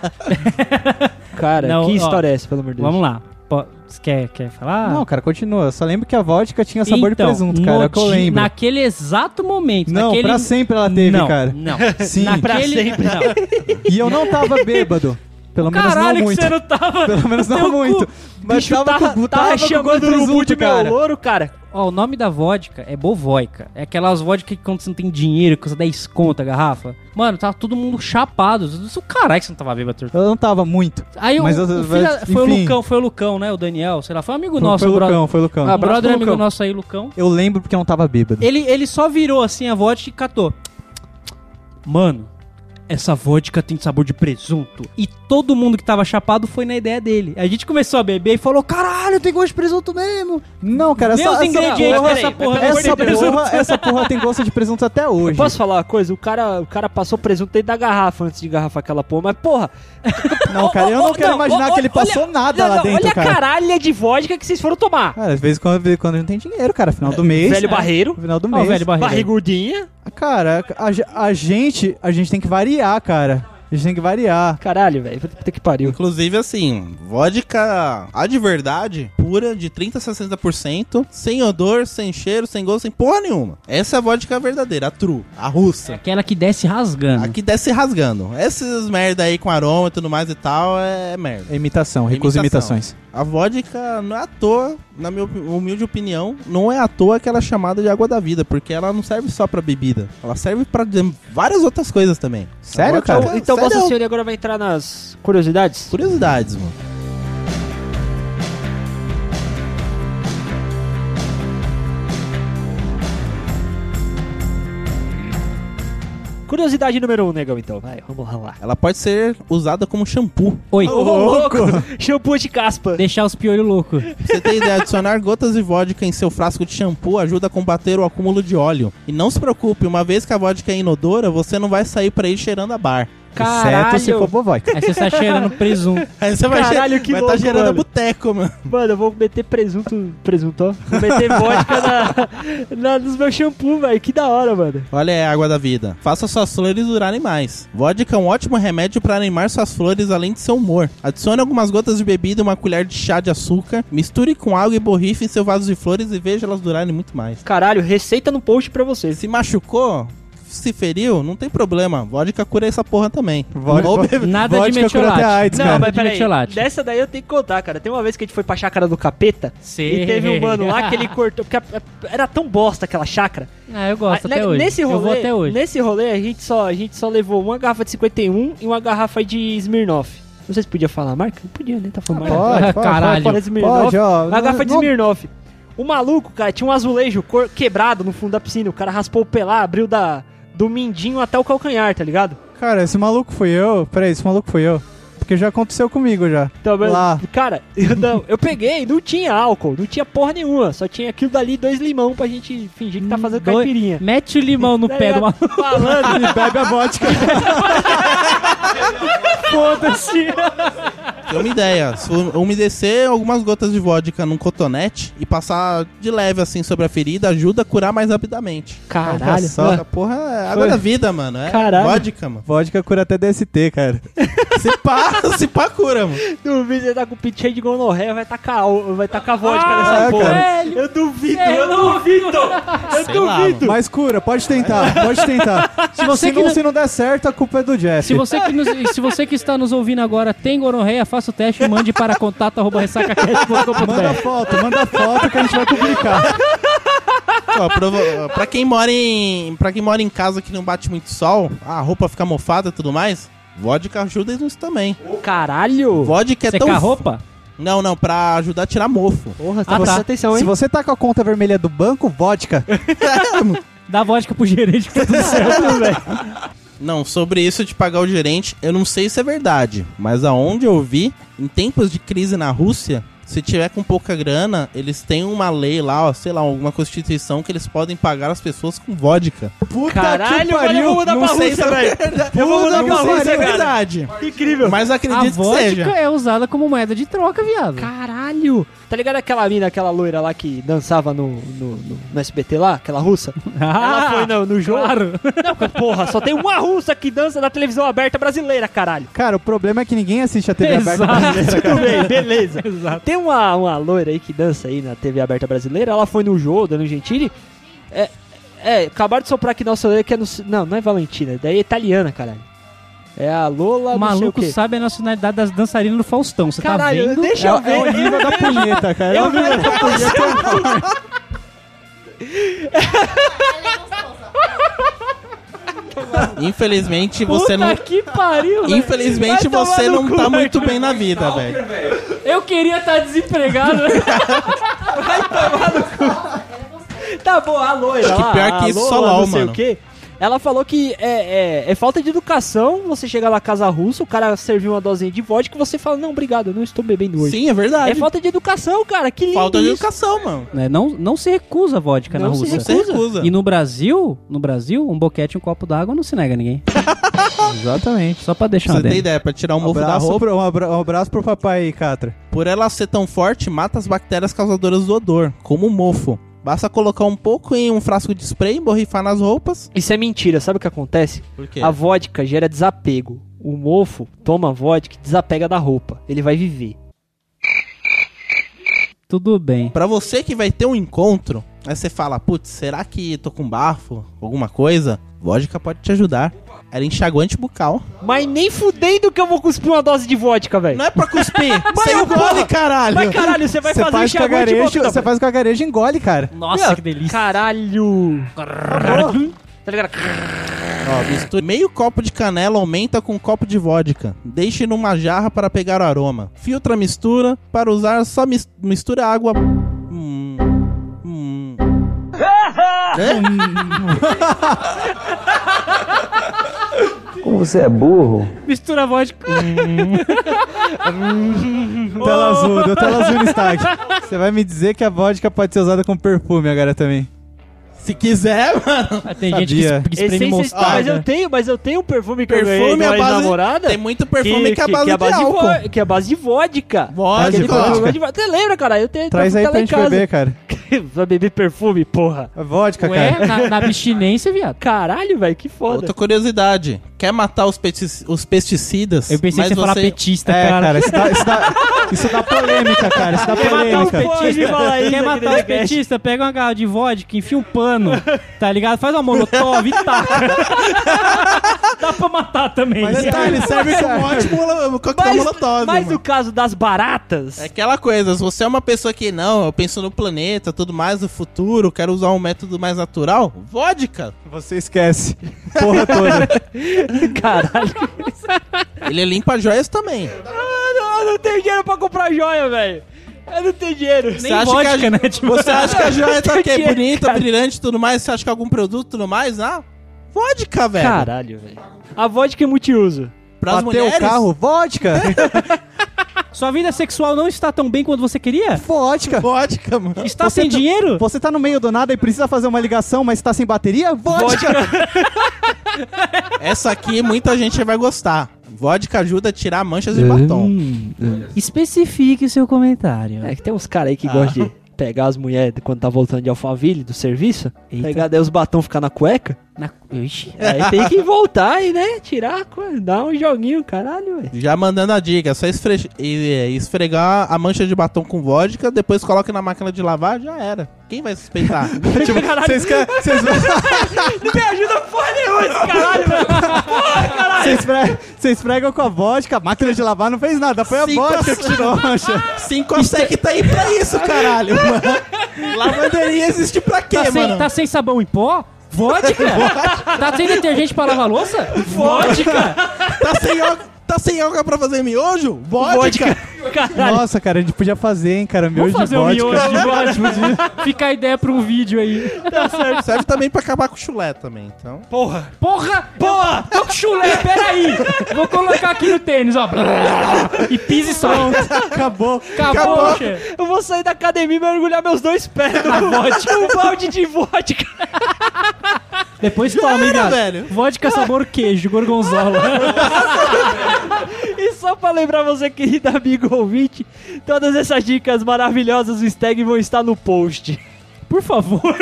E: pera.
B: Cara,
E: Não,
B: que
E: ó,
B: história é essa, pelo amor de Deus?
E: Vamos lá. Po- Você quer, quer falar?
A: Não, cara, continua. Eu só lembro que a vodka tinha sabor
E: Ah. Então,
A: de presunto, cara.
E: no
A: É o que eu
E: di-
A: lembro.
E: Naquele exato momento.
A: Não,
E: naquele...
A: pra sempre ela teve,
E: não,
A: cara.
E: Não.
A: Sim.
B: Pra sempre.
E: Não.
A: E eu não tava bêbado. Pelo menos
E: Caralho,
A: não
E: que
A: muito.
E: você não tava.
A: Pelo menos não
E: Teu cu.
A: muito. Mas
B: Bicho,
A: tava,
B: tava,
A: com,
B: tava
A: tava, com gosto
B: chamando
A: de
B: o urubu
A: presunto,
B: de meu
A: cara.
B: louro, cara.
E: Ó, o nome da vodka é bovoica. É aquelas vodka que quando você não tem dinheiro, custa 10 conto a garrafa. Mano, tava todo mundo chapado. Eu disse, caralho, que você não tava bêbado, Arthur.
A: Eu não tava muito.
E: Aí
A: Mas
E: o,
A: eu-
E: o filho-
A: mas,
E: foi o
A: enfim.
E: Lucão, foi o Lucão, né? O Daniel, sei lá, foi um amigo nosso,
A: foi o
E: o brother.
A: Lucão, foi o Lucão.
E: Um brother
B: pro
E: amigo
B: Lucão.
E: nosso aí, Lucão.
A: Eu lembro porque eu não tava bêbado.
E: Ele, ele só virou assim a vodka e catou. Mano, essa vodka tem sabor de presunto. E todo mundo que tava chapado foi na ideia dele. A gente começou a beber e falou: caralho, tem gosto de presunto mesmo.
A: Não, cara,
E: Vê os
A: essa, essa
E: ingredientes
A: porra,
E: dessa porra,
A: essa,
E: não tem presunto.
A: porra, essa porra tem gosto de presunto até hoje.
B: Posso falar uma coisa? O cara, o cara passou presunto dentro da garrafa antes de garrafa aquela porra, mas porra.
A: Não, cara, eu
B: Ô, ô,
A: não
B: ô,
A: quero imaginar
B: ô,
A: que ele
B: olha-
A: passou nada
B: não,
A: Tá lá
B: não,
A: dentro,
B: Olha
A: cara.
B: a caralha de vodka que vocês foram tomar.
A: Cara, às vezes quando, quando não tem dinheiro, cara, final do mês.
B: Velho barreiro,
A: Final do
E: Ó,
A: mês. Ah,
E: o velho barriga.
B: barrigudinha.
A: Cara, a, ge- a gente, a gente tem que variar, cara. A gente tem que variar.
B: Caralho, velho. Puta que pariu.
F: Inclusive, assim, vodka a de verdade, pura, de 30% a 60%, sem odor, sem cheiro, sem gosto, sem porra nenhuma. Essa é a vodka verdadeira, a true, a russa.
E: Aquela que desce rasgando.
F: A que desce rasgando. Essas merda aí com aroma e tudo mais e tal, é merda.
A: É imitação, recuso
F: Imitação.
A: imitações.
F: A vodka não é à toa, na minha opi- humilde opinião, não é à toa que ela é chamada de água da vida, porque ela não serve só pra bebida, ela serve pra de- várias outras coisas também. é
A: Sério,
F: A vodka-
A: cara?
B: Então,
F: sério,
B: Vossa Senhoria agora vai entrar nas curiosidades?
F: Curiosidades, mano.
B: Curiosidade número um, negão, então. Vai, vamos lá.
F: Ela pode ser usada como shampoo.
E: Oi.
B: louco! Shampoo de caspa.
E: Deixar os piolhos loucos.
F: Pra Você tem ideia, adicionar gotas de vodka em seu frasco de shampoo ajuda a combater o acúmulo de óleo. E não se preocupe, uma vez que a vodka é inodora, você não vai sair por aí cheirando a bar.
A: Exceto se for bovoica.
E: Aí você tá cheirando presunto.
F: Aí você vai
B: Caralho,
F: cheir-
B: que
F: vai
B: louco,
F: tá cheirando a
B: mano.
F: boteco, mano.
B: Mano, eu vou meter presunto. Presunto, ó. Vou meter vodka na, na- nos meus shampoo, velho. Que da hora, mano.
F: Olha aí a água da vida. Faça suas flores durarem mais. Vodka é um ótimo remédio para animar suas flores, além de seu humor. Adicione algumas gotas de bebida e uma colher de chá de açúcar. Misture com água e borrife em seu vaso de flores e veja elas durarem muito mais.
B: Caralho, receita no post pra vocês.
F: Se machucou, se feriu, não tem problema. Vodka cura essa porra também.
A: Vodka-
F: Ou bebe-
E: Nada de
A: Vodka cura até
E: metiolate.
A: AIDS,
B: Não,
A: cara.
B: mas
E: de
B: peraí.
E: metiolate.
B: Dessa daí eu tenho que contar, cara. Tem uma vez que a gente foi pra chácara do capeta e teve um mano lá que ele cortou. Porque a- a- era tão bosta aquela chácara.
E: Ah, eu gosto
B: Ah,
E: até
B: ne-
E: hoje.
B: Nesse rolê,
E: eu vou até hoje.
B: Nesse rolê a gente, só, a gente só levou uma garrafa de 51 e uma garrafa de Smirnoff. Não sei se podia falar a marca. Não podia, né? Tá
E: Ah,
B: falando marca.
A: Pode, pode,
E: Caralho.
A: pode, pode, pode, ó.
B: Uma garrafa de
A: Não-
B: Smirnoff. O maluco, cara, tinha um azulejo cor- quebrado no fundo da piscina. O cara raspou o pelar, abriu da, do mindinho até o calcanhar, tá ligado?
A: Cara, esse maluco fui eu. Peraí, esse maluco fui eu. Porque já aconteceu comigo já.
E: Tá
B: Então, mas-
A: Lá.
B: Cara, eu, não, eu peguei, não tinha álcool, não tinha porra nenhuma. Só tinha aquilo dali, dois limão pra gente fingir que tá fazendo
E: Dois-
B: caipirinha.
E: Mete o limão no
B: Tá
E: pé do
B: ligado?
E: maluco.
B: Falando,
A: E bebe a vodka.
B: foda-se.
F: Tem uma ideia. Se um, umedecer algumas gotas de vodka num cotonete e passar de leve assim sobre a ferida ajuda a curar mais rapidamente.
B: Caralho.
E: Ah.
A: só.
F: Essa porra é água
B: Foi.
F: da vida, mano. É
B: Caralho.
F: vodka, mano.
A: Vodka cura até DST, cara.
F: Se pá, se pá cura, mano.
B: Duvido você tá com o pinto cheio de gonorreia, vai tacar, o- vai tacar vodka
A: é,
B: nessa porra.
E: Ah, velho.
B: Eu duvido,
E: É,
B: eu duvido, eu
F: Sei lá,
B: duvido.
A: Mas cura, pode tentar, pode tentar. Se
E: você que
A: não,
E: não-
A: se não der certo, a culpa é do Jeff.
E: Se você, que nos- se você que está nos ouvindo agora tem gonorreia, faça o teste e mande para contato arroba
A: Manda
E: ressacacast.com.br.
A: foto, manda foto que a gente vai publicar.
F: Ó, provo- pra, quem mora em, pra quem mora em casa que não bate muito sol, a roupa fica mofada e tudo mais, vodka ajuda nisso também.
B: Caralho.
F: Vodka é tão...
E: Secar a roupa?
F: Não, não, pra ajudar a tirar mofo.
B: Porra, você
E: Ah,
B: tá prestando
E: tá.
B: atenção,
A: Se
B: hein?
A: você tá com a conta vermelha do banco, vodka.
E: Dá vodka pro gerente que tá tudo certo, velho.
F: Não, sobre isso de pagar o gerente, eu não sei se é verdade, mas aonde eu vi, em tempos de crise na Rússia, se tiver com pouca grana, eles têm uma lei lá, ó, sei lá, alguma constituição que eles podem pagar as pessoas com vodka.
A: Puta
B: Caralho, mano, eu vou mudar pra Rússia, velho. Eu vou mudar pra
A: não sei se
B: Rússia,
A: é
B: cara.
A: verdade.
B: Incrível.
F: Mas
E: A
F: acredito que
E: vodka
F: seja.
E: é usada como moeda de troca, viado.
B: Caralho. Tá ligado aquela mina, aquela loira lá que dançava no, no, no- no SBT lá? Aquela russa? Ela foi no, no jogo.
E: Claro.
B: Não, porra, só tem uma russa que dança na televisão aberta brasileira, caralho.
A: Cara, o problema é que ninguém assiste a TV aberta
E: Exato.
A: brasileira, cara.
B: Tudo bem, beleza.
E: Exato.
B: Tem uma, uma loira aí que dança aí na TV aberta brasileira, ela foi no jogo, dando Gentili. É, é, acabaram de soprar aqui nossa loira que é no. Não, não é Valentina, daí é italiana, caralho. É a Lola
E: O
B: não sei o
E: maluco
B: quê.
E: sabe a nacionalidade das dançarinas do Faustão. Você tá
F: É
B: Caralho,
E: vendo?
B: deixa eu ver.
A: É o nível da punheta, cara. É o nível da punheta.
F: Infelizmente você não.
B: que pariu, velho.
F: Infelizmente
B: Vai tomar
F: você
B: no
F: não
B: cu, né?
F: tá
B: vai
F: muito bem na vida, velho.
B: Eu queria estar desempregado. Vai tomar no cu. Tá bom, a loira
F: Acho É que
B: lá,
F: pior
B: a
F: que isso,
B: Lola,
F: só LOL,
B: não sei
F: mano.
B: o quê. Ela falou que é, é- é falta de educação você chegar lá casa russa, o cara serviu uma dosinha de vodka e você fala, não, obrigado, eu não estou bebendo hoje.
F: Sim, é verdade.
B: É falta de educação, cara, que lindo
F: Falta de
B: isso.
F: educação, mano.
E: Né? Não, não se recusa a vodka
B: Não
E: na
B: se
E: Rússia.
F: Você recusa.
E: E no Brasil, no Brasil, um boquete e um copo d'água não se nega a ninguém.
A: Exatamente.
E: Só pra deixar
F: Você
E: uma
F: tem
E: dentro.
F: ideia, pra tirar o
A: Um
F: mofo da
A: abraço,
F: roupa.
A: pro, um, abra- um abraço pro papai aí, Catra.
F: Por ela ser tão forte, mata as bactérias causadoras do odor, como o mofo. Basta colocar um pouco em um frasco de spray e borrifar nas roupas.
B: Isso é mentira, sabe o que acontece?
F: Por quê?
B: A vodka gera desapego. O mofo toma vodka e desapega da roupa. Ele vai viver.
E: Tudo bem.
F: Pra você que vai ter um encontro, aí você fala, putz, será que tô com bafo? Alguma coisa? Vodka pode te ajudar. Era enxaguante bucal.
B: Mas nem fudendo que eu vou cuspir uma dose de vodka, velho.
F: Não é pra cuspir.
B: Mas
F: você
B: eu
F: engole,
B: gosto.
F: caralho.
B: Mas caralho, você vai
A: Você
B: fazer
A: faz com a
B: enxaguante de tá
A: gareja,
B: vodka,
A: você
B: velho.
A: faz com a gareja e engole, cara.
E: Nossa, que delícia.
B: Caralho. Tá ligado?
F: Ó, misture meio copo de canela aumenta com um copo de vodka. Deixe numa jarra para pegar o aroma. Filtra a mistura. Para usar, só mis- mistura água. Hum. Hum.
E: Mistura vodka.
A: Tela azul, deu tela azul no estádio. Você vai me dizer que a vodka pode ser usada com perfume agora também.
F: Se quiser, mano.
E: Ah, tem
A: Sabia.
E: gente que es- que espreme
B: Essência está, mas eu
E: mostarda.
B: tenho, mas eu tenho um perfume que eu
F: Perfume
B: ganhei
F: à
B: da
F: base.
B: namorada.
F: Tem muito perfume que, é a base,
B: então, que é a base
F: de
B: de vo-
F: álcool. então,
B: que é a base de vodka.
F: Vodka.
B: Aquele
A: Vodka.
B: perfume de vodka. Você lembra, cara? Eu tenho
A: Traz
B: tá
A: aí
B: lá
A: pra
B: em
A: gente
B: casa.
A: beber, cara.
B: Vai beber perfume, porra.
A: A vodka, cara.
E: Ué, na, na abstinência, viado.
B: Caralho, velho, que foda.
F: Outra curiosidade. Quer matar os, pesti- os pesticidas?
E: Eu pensei
F: mas
E: que você ia falar
F: você-
E: petista,
A: É,
E: cara.
A: cara, isso dá, isso dá- isso dá polêmica, cara. Isso dá
B: Quer matar um
A: polêmica.
B: pouco? Pode falar isso
E: Tá Quer
B: aqui
E: matar
B: no
E: os
B: podcast.
E: petistas? Pega uma garrafa de vodka, enfia um pano, tá ligado? Faz uma molotov e taca. Dá pra matar também.
A: Mas tá, ele serve
F: É um
A: como ótimo.
F: ótimo coquetel
B: Mas,
F: molotov,
B: mas
F: mano.
B: o caso das baratas.
F: É aquela coisa, se você é uma pessoa que não, eu penso no planeta, tudo mais, no futuro, quero usar um método mais natural, vodka.
A: Você esquece. Porra toda.
B: Caralho.
F: Ele limpa joias também.
B: Eu Ah, não, eu não tenho dinheiro pra comprar joia, velho. Eu não tenho dinheiro.
F: Você acha que a,
E: né? Tipo,
F: Você acha que a joia tá aqui,
B: Dinheiro,
F: bonita,
B: cara.
F: brilhante e tudo mais? Você acha que algum produto e tudo mais? Ah, vodka, velho.
B: Caralho, velho. A vodka é multiuso.
F: Pras
A: Bateu o carro, vodka.
E: Sua vida sexual não está tão bem quanto você queria?
A: Vodka.
F: Vodka, mano.
E: Está
A: Você
E: sem
A: tá-
E: dinheiro?
A: Você tá no meio do nada e precisa fazer uma ligação, mas tá sem bateria? Vodka.
F: Essa aqui muita gente vai gostar. Vodka ajuda a tirar manchas de batom.
E: Hum. Especifique seu comentário.
B: É que tem uns caras aí que gostam de pegar as mulheres quando tá voltando de Alphaville, do serviço.
E: Eita.
B: Pegar, daí os batom ficar na cueca.
E: Na... Ixi.
B: Aí tem que voltar e, né, tirar, a cueca, dar um joguinho, caralho, velho.
F: Já mandando a dica, é só esfre- e- esfregar a mancha de batom com vodka, depois coloca na máquina de lavar, já era. Quem vai suspeitar?
A: Tipo, vocês querem- vocês vão-
B: Não me ajuda porra nenhuma esse caralho, velho.
A: vocês esfre- vocês esfregam com a vodka, a máquina de lavar não fez nada. Foi a
F: Cinco
A: vodka
F: ass-
A: que tirou a mancha.
F: Cinco a
E: é-
F: que tá aí pra isso, caralho, mano. Lavanderia existe pra quê,
E: Tá sem,
F: mano?
E: tá sem sabão em pó? Vodka? tá sem detergente pra lavar louça? Vodka?
F: Tá sem yoga, tá sem yoga pra fazer miojo? Vodka.
B: Caralho.
A: Nossa, cara, a gente podia fazer, hein, cara. Miojo
E: Vamos fazer
A: de
E: um
A: vodka.
E: miojo de vodka. Fica a ideia pra um vídeo aí.
F: Tá Serve também pra acabar com o chulé também, então.
B: Porra.
E: Porra! Porra! Tô com chulé, peraí! Vou colocar aqui no tênis, ó. E pisa e solta.
A: Acabou.
E: Acabou,
F: Acabou.
E: che.
B: Eu vou sair da academia e mergulhar meus dois pés no vodka. Um balde de vodka.
E: Depois toma, hein,
F: era,
E: viado?
F: velho.
E: Vodka sabor queijo, gorgonzola.
B: E só pra lembrar você, querido amigo ouvinte, todas essas dicas maravilhosas do Stag vão estar no post.
E: Por favor.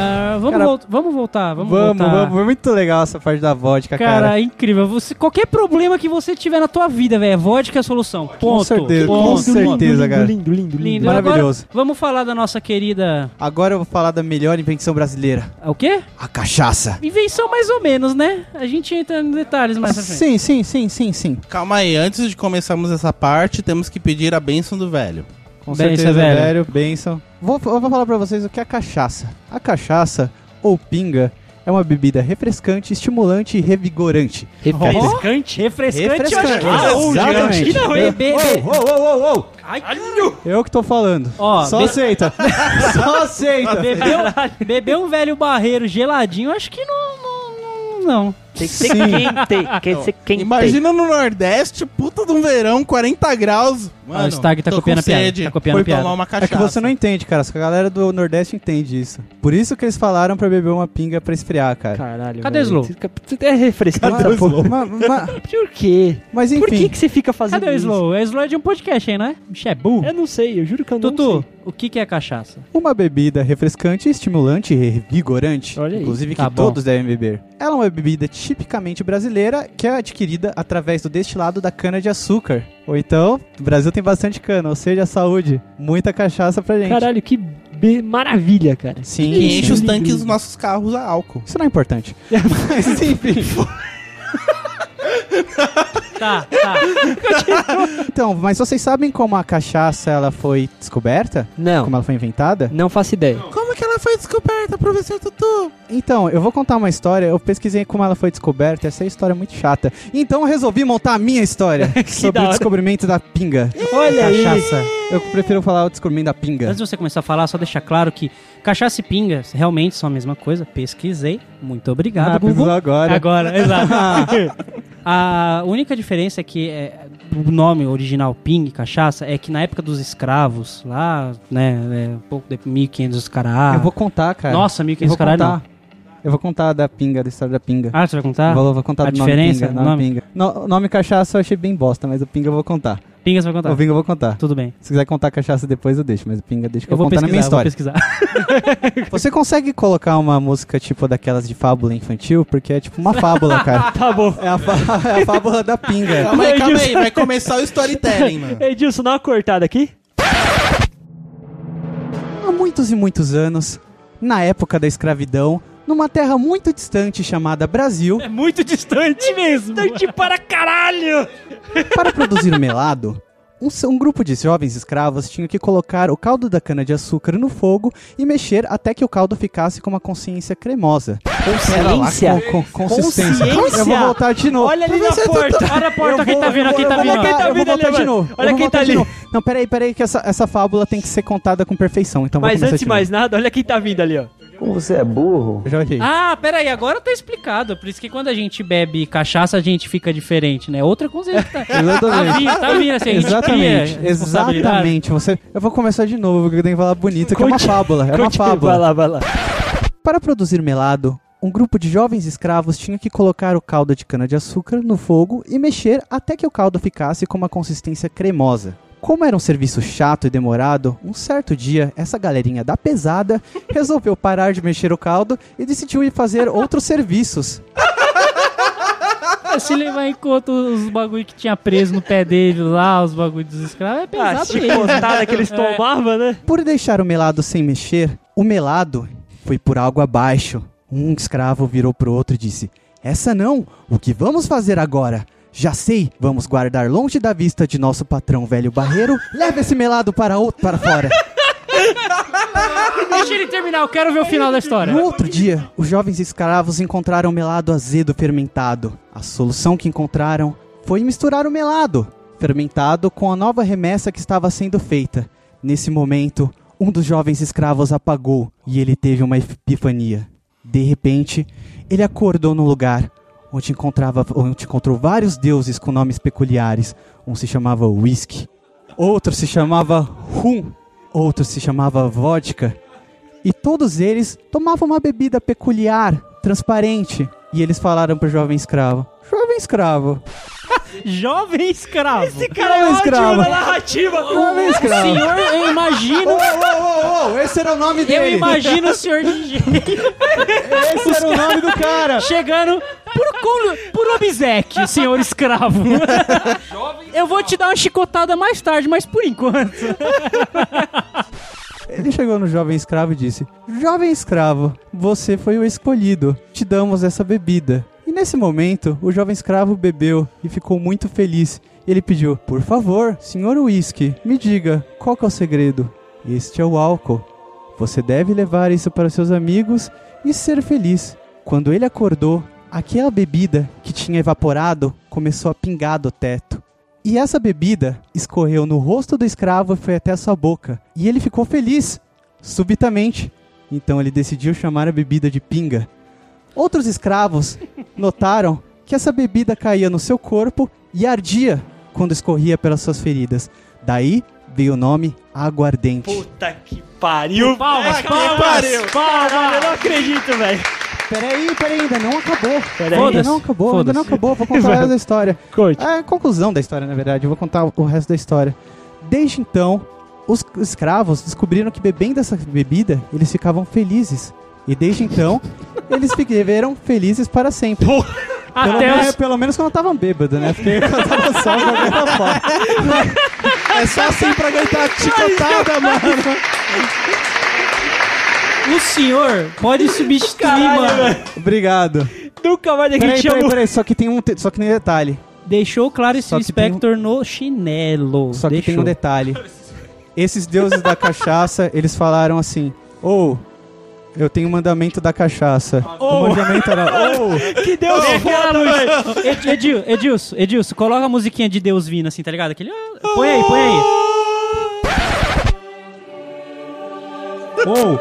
E: Ah, vamos,
A: Cara,
E: volt- vamos voltar, vamos,
A: Vamos,
E: voltar.
A: vamos. Foi muito legal essa parte da vodka,
E: Cara,
A: cara.
E: é incrível. Você, qualquer problema que você tiver na tua vida, velho, vodka é a solução. Ponto.
A: certeza, com
E: ponto.
A: certeza, cara.
B: Lindo, lindo, lindo.
E: Lindo.
A: Maravilhoso.
E: Agora, vamos falar da nossa querida.
A: Agora eu vou falar da melhor invenção brasileira.
E: O quê?
A: A cachaça.
E: Invenção mais ou menos, né? A gente entra em detalhes mais pra frente.
A: Sim, sim, sim, sim, sim.
F: Calma aí, antes de começarmos essa parte, temos que pedir a bênção do velho.
A: Com
E: Benção,
A: certeza,
E: velho.
A: velho. Benção. Vou, eu vou falar pra vocês o que é a cachaça. A cachaça, ou pinga, é uma bebida refrescante, estimulante e revigorante.
B: Refrescante? né?
E: Refrescante,
A: Refrescante.
E: eu acho que-
A: Exatamente.
E: Ah, onde, gente?
B: Não,
E: Be- be-
A: Eu que tô falando.
E: Ó,
A: Só
E: be-
A: aceita. Só aceita.
E: Bebeu, bebeu um velho barreiro geladinho, acho que não. não- não- não.
G: Tem que ser quente. Tem que ser quente.
F: Imagina no Nordeste, puta de um verão, 40 graus.
E: Ah, o Stag tá
F: tô
E: copiando
F: com
E: a piada,
F: sede.
E: tá copiando
F: Foi
E: a piada.
F: tomar uma
A: É
F: cachaça.
A: que você não entende, cara. Só que a galera do Nordeste entende isso. Por isso que eles felaram pra beber uma pinga pra esfriar, cara.
B: Caralho.
E: Cadê
B: velho?
E: o Slow?
B: Você fica- Você é refrescante.
A: Cara, pô, ma- ma-
B: Por quê?
A: mas enfim.
B: Por que, que você fica fazendo
E: Cadê o
B: isso?
E: Slow? O Slow é de um podcast aí, não é? Bicho, é burro.
B: Eu não sei, eu juro que eu não sei.
E: Tutu, o que, que é cachaça?
A: Uma bebida refrescante, estimulante e revigorante,
B: Olha aí.
A: inclusive
E: Tá
A: que
E: bom.
A: todos devem beber. Ela é uma bebida tipicamente brasileira que é adquirida através do destilado da cana-de-açúcar. Ou então, o Brasil tem bastante cana, ou seja, saúde. Muita cachaça pra gente.
B: Caralho, que be- maravilha, cara.
A: Sim,
F: Que
A: sim.
F: enche os tanques dos nossos carros a álcool.
A: Isso não é importante. Mas enfim.
E: Tá, tá.
A: Então, mas vocês sabem como a cachaça ela foi descoberta?
B: Não,
A: Como ela foi inventada?
B: é? não faço ideia.
F: Como que ela foi descoberta, professor Tutu?
A: Então, eu vou contar uma história. Eu pesquisei como ela foi descoberta. Essa história é muito chata. Então, eu resolvi montar a minha história sobre
B: da
A: o
B: hora.
A: descobrimento da pinga.
B: Olha aí.
A: cachaça. Eu prefiro falar o descobrimento da pinga.
E: Antes de você começar a falar, só deixar claro que cachaça e pinga realmente são a mesma coisa. Pesquisei. Muito obrigado,
A: Ah,
E: Google.
A: precisou agora.
E: Agora, exato. a única diferença é que é, o nome original Ping, cachaça, é que na época dos escravos, lá, né, é, um pouco de 1500 cará.
A: Eu vou contar, cara.
E: ah, Nossa,
A: eu vou
E: 1500 cará
A: contar.
E: não.
A: Eu vou contar da pinga, da história da pinga.
E: Ah, você vai contar?
A: Vou, vou contar
E: a
A: do nome pinga.
E: diferença do
A: Nome,
E: nome?
A: pinga. No- o nome cachaça eu achei bem bosta, mas o pinga eu vou contar.
E: Pinga você vai contar.
A: O pinga eu vou contar.
E: Tudo bem.
A: Se quiser contar cachaça depois eu deixo, mas o pinga deixa que eu,
E: Eu vou
A: contar
E: pesquisar,
A: na minha
E: eu vou
A: história.
E: pesquisar.
A: Você consegue colocar uma música tipo daquelas de fábula infantil? Porque é tipo uma fábula, cara.
B: Tá bom.
A: É a, fá- é a fábula da pinga.
F: Calma aí,
B: Meu
F: calma
B: Deus.
F: aí, vai começar o
A: É,
F: storytelling, mano.
B: Edilson, dá uma cortada aqui.
A: Há muitos e muitos anos, na época da escravidão, numa terra muito distante chamada Brasil,
E: É muito distante mesmo.
B: Dante para caralho!
A: para produzir o melado, um, s- um grupo de jovens escravos tinha que colocar o caldo da cana-de-açúcar no fogo e mexer até que o caldo ficasse com uma consciência cremosa.
B: Consciência.
A: Com, com- consistência.
B: é Consciência.
A: Eu vou voltar de novo.
B: Olha ali na
A: Professor,
B: porta.
E: Olha a porta, quem tá vindo, quem tá
A: Eu
E: vindo.
A: vou voltar, eu vou
B: vindo ali,
A: voltar de
B: mano.
A: novo. Eu
B: Olha
A: vou
B: quem
A: voltar
B: tá
A: de
B: ali.
A: novo. Não, peraí, peraí, que essa, essa fábula tem que ser contada com perfeição. Então vou
B: Mas
A: começar
B: antes de
A: novo.
B: mais nada, olha quem tá vindo ali, ó.
A: Eu já olhei.
E: Ah, peraí, agora tá explicado. Por isso que quando a gente bebe cachaça, a gente fica diferente, né? Outra coisa que tá. Tá
A: Exatamente.
E: vindo, tá vindo assim. a gente
A: Exatamente,
E: cria responsabilidade.
A: exatamente. Você, eu vou começar de novo, porque eu tenho que falar bonito, que é uma
B: Conte-
A: fábula. É uma
B: Continua, Vai
A: fábula. É
B: lá, vai lá.
A: Para produzir melado, um grupo de jovens escravos tinha que colocar o caldo de cana-de-açúcar no fogo e mexer até que o caldo ficasse com uma consistência cremosa. Como era um serviço chato e demorado, um certo dia essa galerinha da pesada resolveu parar de mexer o caldo e decidiu ir fazer outros serviços.
E: Ah, Se levar em conta os bagulho que tinha preso no pé dele lá, os bagulho dos escravos, é
B: Ah,
E: pesado mesmo.
B: chicotada que eles tomavam, né?
A: Por deixar o melado sem mexer, o melado foi por algo abaixo. Um escravo virou pro outro e disse: Essa não, o que vamos fazer agora? Já sei, vamos guardar longe da vista de nosso patrão velho barreiro. Leva esse melado para, o- para fora.
E: Deixa ele terminar, eu quero ver o
A: É
E: final da história.
A: No outro dia, os jovens escravos encontraram melado azedo fermentado. A solução que encontraram foi misturar o melado fermentado com a nova remessa que estava sendo feita. Nesse momento, um dos jovens escravos apagou e ele teve uma epifania. De repente, ele acordou num lugar onde, encontrava, onde encontrou vários deuses com nomes peculiares. Um se chamava Whisky, outro se chamava Rum, outro se chamava Vodka e todos eles tomavam uma bebida peculiar, transparente. E eles falaram pro jovem escravo: Jovem escravo,
E: Jovem escravo.
B: Esse cara é
A: Não,
B: ótimo
A: escravo.
B: na narrativa.
A: Jovem
E: O
A: escravo.
E: senhor, eu
A: Ô, ô,
E: imagino.
A: ô, ô, ô, esse era o nome dele.
E: Eu imagino o senhor de
A: Esse era o nome do cara.
E: chegando por, cul- por obseque, senhor escravo. Eu vou te dar uma chicotada mais tarde, mas por enquanto.
A: Ele chegou no jovem escravo e disse: Jovem escravo, você foi o escolhido. Te damos essa bebida. E nesse momento, o jovem escravo bebeu e ficou muito feliz. Ele pediu: Por favor, senhor uísque, me diga qual que é o segredo. Este é o álcool. Você deve levar isso para seus amigos e ser feliz. Quando ele acordou, aquela bebida que tinha evaporado começou a pingar do teto. E essa bebida escorreu no rosto do escravo e foi até a sua boca. E ele ficou feliz, subitamente. Então ele decidiu chamar a bebida de pinga. Outros escravos notaram que essa bebida caía no seu corpo e ardia quando escorria pelas suas feridas. Daí veio o nome aguardente.
G: Puta que pariu.
B: é
E: Palmas,
C: pariu.
E: palmas, palmas.
G: Eu não acredito, velho.
A: Peraí, peraí, ainda não acabou.
G: Peraí.
A: Ainda não acabou, ainda não acabou. Vou contar o resto da história.
B: Conte.
A: É a conclusão da história, na verdade. Eu vou contar o resto da história. Desde então, os escravos descobriram que bebendo essa bebida, eles ficavam felizes. E desde então, eles viveram felizes para sempre. Pelo,
E: Até
A: menos,
E: os...
A: pelo menos quando eu tava bêbado, né? Porque quando eu tava só jogando a foto.
F: É só assim pra aguentar
A: Chicotada, mano.
E: O senhor pode substituir, mano.
A: Obrigado.
B: Nunca mais ninguém
A: Peraí,
B: te
A: peraí,
B: chamou.
A: peraí. Só que tem um, te- só que tem um detalhe.
E: Deixou claro esse
A: Só que tem um-
E: Spector no chinelo.
A: Só que
E: Deixou.
A: tem um detalhe. Esses deuses da cachaça, eles falaram assim: ou eu tenho o mandamento da cachaça. O mandamento era ou
B: Que Deus
E: Aquela
B: foda, velho.
E: luz. Ed- Edil, Edilson, Edilson, coloca a musiquinha de Deus vindo assim, tá ligado? Aquele. ah, Põe aí, põe aí.
A: ou.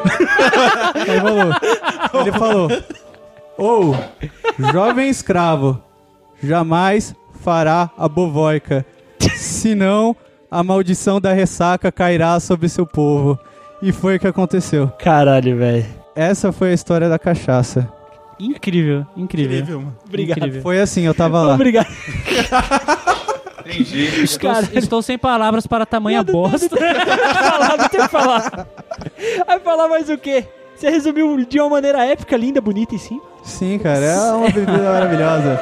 A: Ele falou. Ele falou. Ou, jovem escravo, jamais fará a bovoica, senão a maldição da ressaca cairá sobre seu povo. E foi o que aconteceu.
B: Caralho, velho.
A: Essa foi a história da cachaça.
E: Incrível, incrível.
B: Obrigado.
E: Incrível.
A: Foi assim, eu tava lá.
B: Obrigado.
E: Estou, estou sem palavras para tamanha bosta.
B: falar, não tem o que falar. Vai falar mais o quê? Você resumiu de uma maneira épica, linda, bonita e simples.
A: Sim, cara, é uma bebida maravilhosa.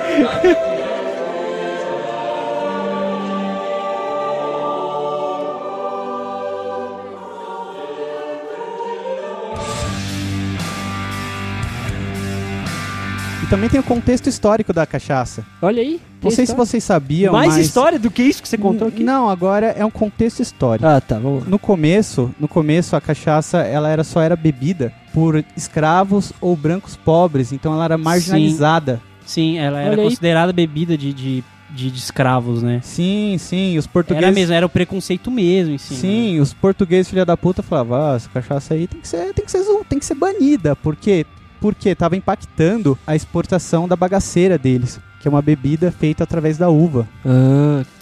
A: E também tem o contexto histórico da cachaça.
B: Olha aí.
A: Não sei se
B: história.
A: vocês sabiam,
B: Mais
A: mas...
B: história do que isso que você contou aqui?
A: Não, agora é um contexto histórico.
B: Ah, tá, vamos lá.
A: No começo, no começo a cachaça ela era só era bebida por escravos ou brancos pobres, então ela era marginalizada.
E: Sim, ela era
B: Olha aí.
E: considerada bebida de, de, de, de escravos, né?
A: Sim, sim, os portugueses.
E: Era mesmo, né? era o preconceito mesmo, em si,
A: Sim,
E: né?
A: os portugueses filha da puta falavam, ah, essa cachaça aí tem que ser, tem que ser, zo- tem que ser banida, porque porque tava impactando a exportação da bagaceira deles, que é uma bebida feita através da uva.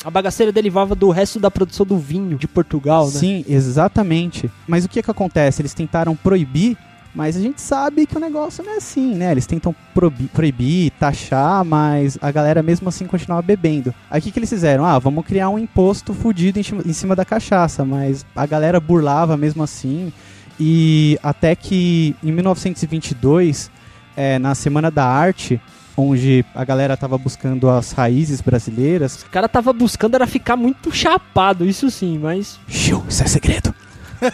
B: a bagaceira derivava do resto da produção do vinho de Portugal, né?
A: Sim, exatamente. Mas o que que acontece? Eles tentaram proibir, mas a gente sabe que o negócio não é assim, né? Eles tentam probi- proibir, taxar, mas a galera mesmo assim continuava bebendo. Aí o que que eles fizeram? Ah, vamos criar um imposto fudido em, chima- em cima da cachaça, mas a galera burlava mesmo assim. E até que em 1922, eh, na Semana da Arte, onde a galera tava buscando as raízes brasileiras,
B: O cara tava buscando era ficar muito chapado, isso sim, mas.
A: Chiu, isso é segredo.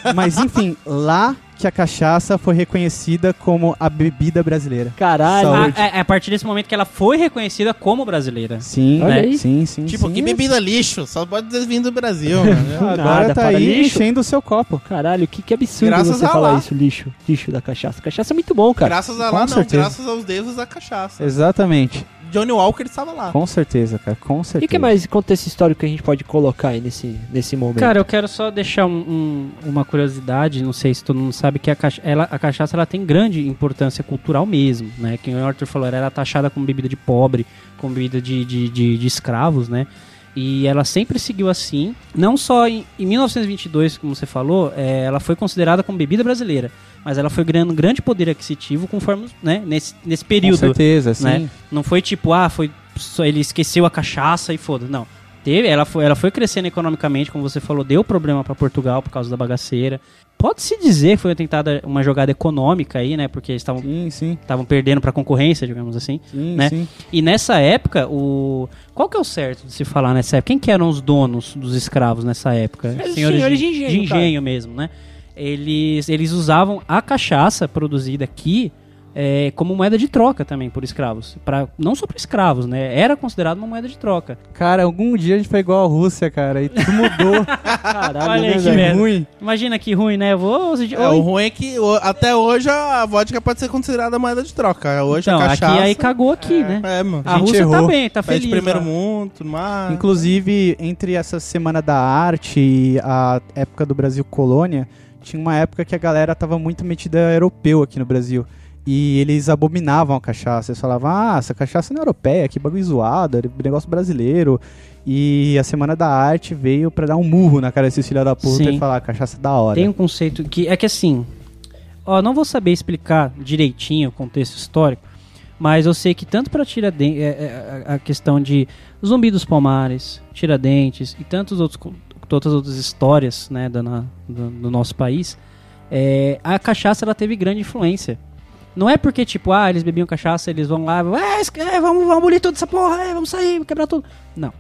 A: Mas enfim, lá que a cachaça foi reconhecida como a bebida brasileira.
B: Caralho.
A: Saúde.
E: A, é- é a partir desse momento que ela foi reconhecida como brasileira.
A: Sim,
B: Olha
A: né?
B: aí.
A: sim, sim.
F: Tipo,
A: sim.
F: que bebida lixo. Só pode ter vindo do Brasil, mano.
A: Agora
B: nada,
A: tá
B: para
A: aí
B: lixo.
A: enchendo o seu copo.
B: Caralho, que, que absurdo
F: Graças
B: você
F: a
B: falar
F: lá.
B: isso, lixo. Lixo da cachaça. Cachaça é muito bom, cara.
F: Graças a
A: com
F: lá, não.
A: certeza.
F: Graças aos deuses da cachaça.
A: Exatamente.
F: Johnny Walker estava lá.
A: Com certeza, cara. Com certeza.
B: E o que é mais de contexto histórico que a gente pode colocar aí nesse, nesse momento?
E: Cara, eu quero só deixar um- um- uma curiosidade, não sei se todo mundo sabe, que a, cacha- ela- a cachaça ela tem grande importância cultural mesmo, né? Que o Arthur falou, ela era taxada como bebida de pobre, como bebida de, de, de- de escravos, né? E ela sempre seguiu assim, não só em, em 1922, como você falou, é, ela foi considerada como bebida brasileira, mas ela foi ganhando grande poder aquisitivo conforme, né, nesse, nesse
A: Com
E: período.
A: certeza, sim.
E: né? Não foi tipo, ah, foi só ele esqueceu a cachaça e foda. Não. Teve, ela, foi, ela foi crescendo economicamente, como você falou, deu problema para Portugal por causa da bagaceira. Pode-se dizer que foi uma tentada, uma jogada econômica aí, né? Porque eles estavam
A: Sim, sim,
E: estavam perdendo pra concorrência, digamos assim.
A: sim,
E: Né?
A: sim.
E: E nessa época, o. Qual que é o certo de se falar nessa época? Quem que eram os donos dos escravos nessa época?
B: Eram os senhores de engenho,
E: de engenho mesmo, né? Eles, eles usavam a cachaça produzida aqui é, como moeda de troca também por escravos. Pra, não só para escravos, né? Era considerado uma moeda de troca.
A: Cara, algum dia a gente foi igual a Rússia, cara. E tudo mudou.
B: Caralho,
E: Olha
B: né,
E: aí que
B: velho?
E: merda.
A: ruim.
E: Imagina que ruim, né? Vou, hoje,
F: É, o ruim é que o- até hoje a vodka pode ser considerada moeda de troca. É, Hoje
E: então,
F: a
E: aqui
F: cachaça...
E: aí cagou aqui, né?
F: É, mano.
E: A,
A: gente
E: Rússia tá
A: errou.
E: bem, tá
F: País
E: feliz.
F: de primeiro
E: lá.
F: mundo, tudo mais.
A: Ah, Inclusive, entre essa Semana da Arte e a época do Brasil Colônia, tinha uma época que a galera tava muito metida a europeu aqui no Brasil. E eles abominavam a cachaça. Eles falavam, ah, essa cachaça não é europeia, que bagulho zoado, é negócio brasileiro. E a Semana da Arte veio pra dar um murro na cara desses filha da puta
E: Sim.
A: e falar, cachaça é da hora.
E: Tem um conceito que é que assim, ó, não vou saber explicar direitinho o contexto histórico, mas eu sei que tanto para Tiradentes, é, a a questão de Zumbi dos Palmares, Tiradentes e tantos outros co- todas as outras histórias, né, da na- do, do nosso país, é, a cachaça ela teve grande influência. Não é porque, tipo, ah, eles bebiam cachaça, eles vão lá, "É, es- é, vamos, vamos abolir toda essa porra, é, vamos sair, vamos quebrar tudo. Não.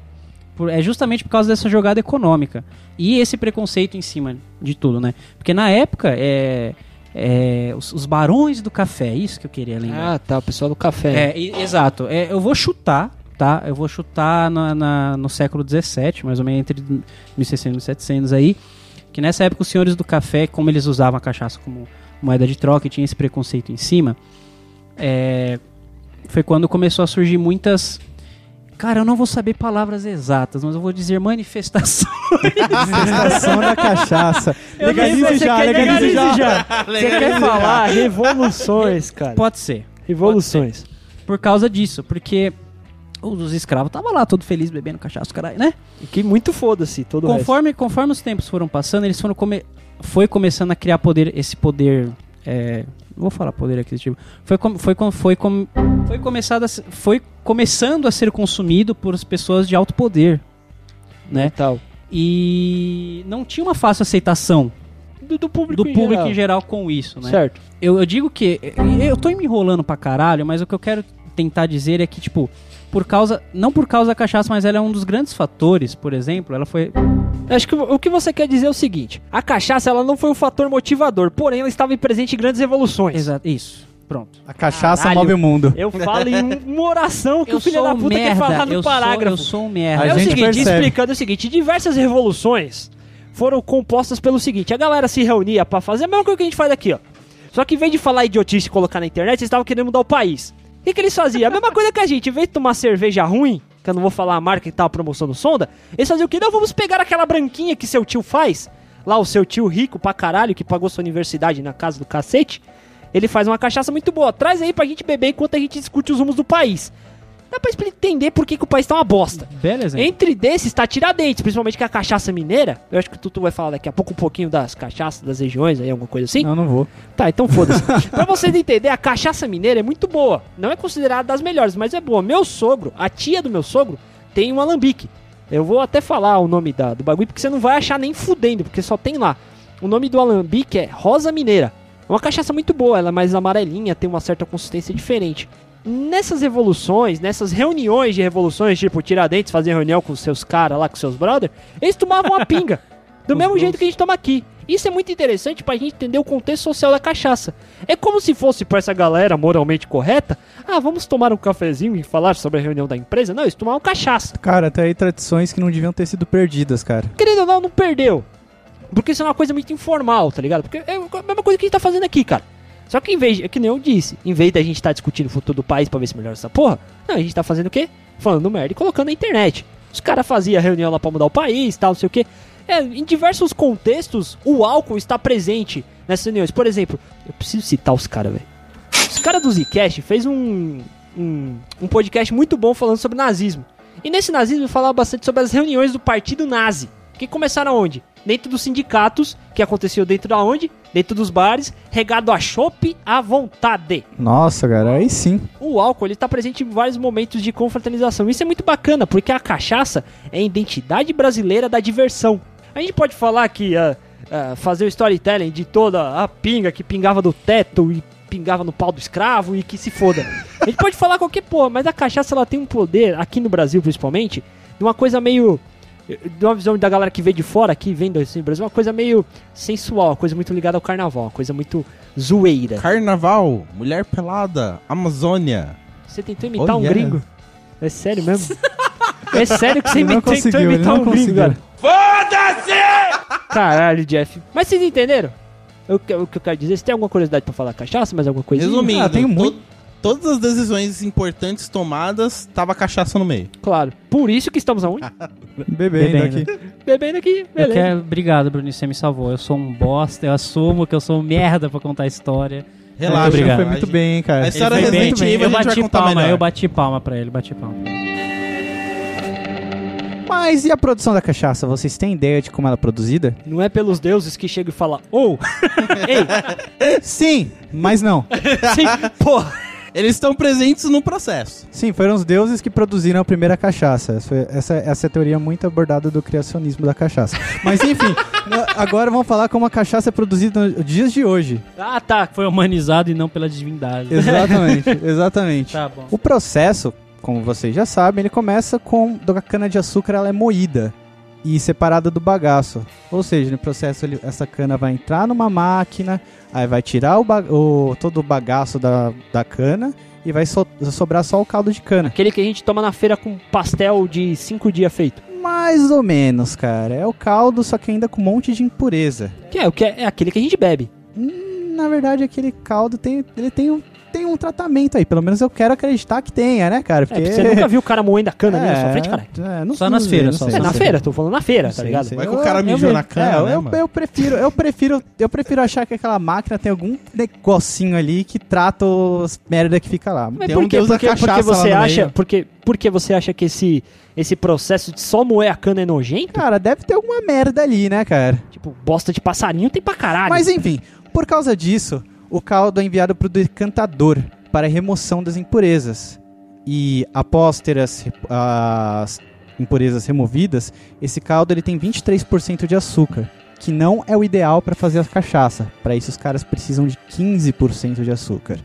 E: Por- é justamente por causa dessa jogada econômica. E esse preconceito em cima de tudo, né? Porque na época, é, é, os, os barões do café, é isso que eu queria lembrar.
B: Ah, tá, o pessoal do café.
E: É, e- exato. É, eu vou chutar, tá? Eu vou chutar na, na- no século XVII, mais ou menos entre 1600 e 1700 aí. Que nessa época os senhores do café, como eles usavam a cachaça como moeda de troca e tinha esse preconceito em cima, é, foi quando começou a surgir muitas... Cara, eu não vou saber palavras exatas, mas eu vou dizer manifestação.
A: Manifestação da Tá cachaça.
E: Eu nem
A: Legalize
E: sei se
A: já,
E: quer
A: legalize,
E: legalizar.
A: já.
F: Tá
B: Você quer falar revoluções, cara.
E: Pode ser.
B: Revoluções.
E: Por causa disso, porque os escravos estavam lá todo feliz bebendo cachaça, caralho, né?
B: E que muito foda-se todo o resto.
E: conforme, conforme os tempos foram passando, eles foram come- foi começando a criar poder, esse poder. é, não vou falar poder aquisitivo. Foi, com- foi, com- foi, com- foi, começado a se- foi começando a ser consumido por as pessoas de alto poder. Né?
B: Tal.
E: E não tinha uma fácil aceitação
B: Do, do público
E: do
B: em
E: público
B: geral.
E: em geral com isso, né?
B: Certo.
E: Eu, eu digo que. Eu tô me enrolando pra caralho, mas o que eu quero tentar dizer é que, tipo, por causa. Não por causa da cachaça, mas ela é um dos grandes fatores, por exemplo. Ela foi.
B: Acho que o o que você quer dizer é o seguinte: a cachaça ela não foi um fator motivador, porém ela estava presente em grandes revoluções.
E: Exato. Isso. Pronto.
A: A cachaça
B: Caralho.
A: move o mundo.
B: Eu falo em um- uma oração que o filho da puta quer falar no
E: um eu
B: parágrafo.
E: Sou, eu sou um
A: A
E: merda.
B: é o
A: gente
B: seguinte,
A: percebe.
B: explicando o seguinte: diversas revoluções foram compostas pelo seguinte: a galera se reunia pra fazer a mesma coisa que a gente faz aqui, ó. Só que em vez de falar idiotice e colocar na internet, eles estavam querendo mudar o país. O que, que eles faziam? A mesma coisa que a gente, em vez de tomar cerveja ruim, que eu não vou falar a marca que tava promoção do Sonda, eles faziam o quê? Não, vamos pegar aquela branquinha que seu tio faz, lá o seu tio rico pra caralho, que pagou sua universidade na casa do cacete. Ele faz uma cachaça muito boa, traz aí pra gente beber enquanto a gente discute os rumos do país. Dá pra expli- entender por que, que o país tá uma bosta.
E: Beleza.
B: Entre desses tá Tiradentes, principalmente que é a cachaça mineira. Eu acho que o Tutu vai falar daqui a pouco um pouquinho das cachaças das regiões aí, alguma coisa assim.
A: Não, não vou.
B: Tá, então foda-se. pra vocês entenderem, a cachaça mineira é muito boa. Não é considerada das melhores, mas é boa. Meu sogro, a tia do meu sogro, tem um alambique. Eu vou até falar o nome da, do bagulho, porque você não vai achar nem fudendo, porque só tem lá. O nome do alambique é Rosa Mineira. É uma cachaça muito boa, ela é mais amarelinha, tem uma certa consistência diferente. Nessas revoluções, nessas reuniões de revoluções, tipo Tiradentes fazer reunião com seus caras lá, com seus brother, eles tomavam uma pinga. Do mesmo jeito que a gente toma aqui. Isso é muito interessante pra gente entender o contexto social da cachaça. É como se fosse pra essa galera moralmente correta, ah, vamos tomar um cafezinho e falar sobre a reunião da empresa. Não, eles tomavam cachaça.
A: Cara, tá aí tradições que não deviam ter sido perdidas, cara.
B: Querendo ou não, não perdeu. Porque isso é uma coisa muito informal, tá ligado? Porque é a mesma coisa que a gente tá fazendo aqui, cara. Só que em vez, de, é que nem eu disse, em vez da gente estar discutindo o futuro do país pra ver se melhora essa porra, não, a gente tá fazendo o quê? Falando merda e colocando na internet. Os caras faziam reunião lá pra mudar o país, tal, não sei o quê. É, em diversos contextos, o álcool está presente nessas reuniões. Por exemplo, eu preciso citar os caras, velho. Os caras do Zcast fez um, um, um podcast muito bom falando sobre nazismo. E nesse nazismo falava bastante sobre as reuniões do partido nazi. Porque começaram onde? Dentro dos sindicatos, que aconteceu dentro da onde? Dentro dos bares, regado a chopp à vontade.
A: Nossa, cara, aí sim.
B: O álcool ele está presente em vários momentos de confraternização. Isso é muito bacana, porque a cachaça é a identidade brasileira da diversão. A gente pode falar que ah, ah, fazer o storytelling de toda a pinga que pingava do teto e pingava no pau do escravo e que se foda. A gente pode falar qualquer porra, mas a cachaça ela tem um poder, aqui no Brasil principalmente, de uma coisa meio. De uma visão da galera que vem de fora, que vem do assim, Brasil, uma coisa meio sensual, uma coisa muito ligada ao carnaval, uma coisa muito zoeira.
F: É. Carnaval, mulher pelada, Amazônia.
B: Você tentou imitar
F: Oh,
B: um
F: yeah.
B: gringo? É sério mesmo? é sério que você
A: Ele não
B: imi- tentou
A: conseguiu, ele
B: imitar
A: não
B: um gringo,
A: conseguiu.
B: cara? Foda-se! Caralho, Jeff. Mas vocês entenderam? O que, o que eu quero dizer, você tem alguma curiosidade pra falar cachaça, mais alguma coisa?
F: Resumindo,
A: Ah, tem
F: to-
A: muito.
F: todas as decisões importantes tomadas, tava cachaça no meio.
B: Claro. Por isso que estamos aonde?
E: Ah.
A: Bebendo,
E: Bebendo.
A: aqui.
B: Bebendo aqui,
E: Eu
B: beleza.
E: quero... Obrigado, Bruno, você me salvou. Eu sou um bosta, eu assumo que eu sou um merda pra contar a história.
F: Relaxa,
E: Muito obrigado.
A: Foi
F: a
A: É, muito
F: gente-
A: bem, hein, cara.
F: A história
E: Ele foi bem,
F: Resident Evil
E: eu
F: a gente vai
E: bati
F: contar
E: palma,
F: melhor.
E: eu bati palma pra ele, bati palma.
A: Mas e a produção da cachaça? Vocês têm ideia de como ela é produzida?
B: Não é pelos deuses que chega e fala, ou, ei,
A: Sim, mas não.
B: sim, porra.
F: Eles estão presentes no processo.
A: Sim, foram os deuses que produziram a primeira cachaça. Essa, foi- essa, essa é a teoria muito abordada do criacionismo da cachaça. Mas enfim, na- agora vamos falar como a cachaça é produzida nos dias de hoje.
B: Ah, tá.
E: Foi humanizado e não pela divindade.
A: Exatamente, exatamente.
E: Tá bom.
A: O processo, como vocês já sabem, ele começa com a cana-de-açúcar ela é moída e separada do bagaço. Ou seja, no processo ele- essa cana vai entrar numa máquina, aí vai tirar o, ba- o- todo o bagaço da, da cana e vai so- sobrar só o caldo de cana.
B: Aquele que a gente toma na feira com pastel de cinco dias feito.
A: Mais ou menos, cara. É o caldo, só que ainda com um monte de impureza.
B: Que é, o que é, é aquele que a gente bebe.
A: Na verdade, aquele caldo tem, ele tem um, tem um tratamento aí. Pelo menos eu quero acreditar que tenha, né, cara?
B: É, porque você nunca viu o cara moendo a cana ali na sua
A: É,
B: frente, caralho.
A: é, não-
E: Só
A: não
E: nas
A: sei,
E: feiras,
A: não
E: só,
A: sei,
E: só
B: É,
A: não
B: na
A: sei.
B: feira, tô falando na feira,
A: Não
B: tá
A: sei,
B: ligado?
A: não sei.
F: Vai que o cara mijou
A: eu-
F: na cana,
A: é,
F: né,
A: eu,
F: mano?
A: eu prefiro, eu prefiro, eu prefiro achar que aquela máquina tem algum negocinho ali que trata os merda que fica lá.
B: Mas
F: Tem
B: por
F: um
B: quê?
F: deus da
B: Porque, porque
F: cachaça lá
B: você
F: no
B: acha,
F: meio.
B: porque, porque você acha que esse, esse processo de só moer a cana é nojento?
A: um, Cara, deve ter alguma merda ali, né, cara?
B: Tipo, bosta de passarinho tem pra caralho.
A: Mas enfim, por causa disso, o caldo é enviado para o decantador para remoção das impurezas. E após ter as, re- as impurezas removidas, esse caldo ele tem 23% de açúcar, que não é o ideal para fazer a cachaça. Para isso, os caras precisam de 15% de açúcar.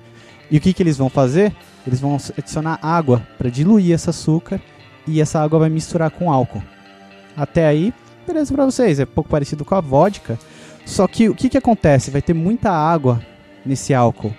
A: E o que, que eles vão fazer? Eles vão adicionar água para diluir esse açúcar e essa água vai misturar com álcool. Até aí, beleza para vocês. É um pouco parecido com a vodka, só que o que, que acontece? Vai ter muita água nesse álcool.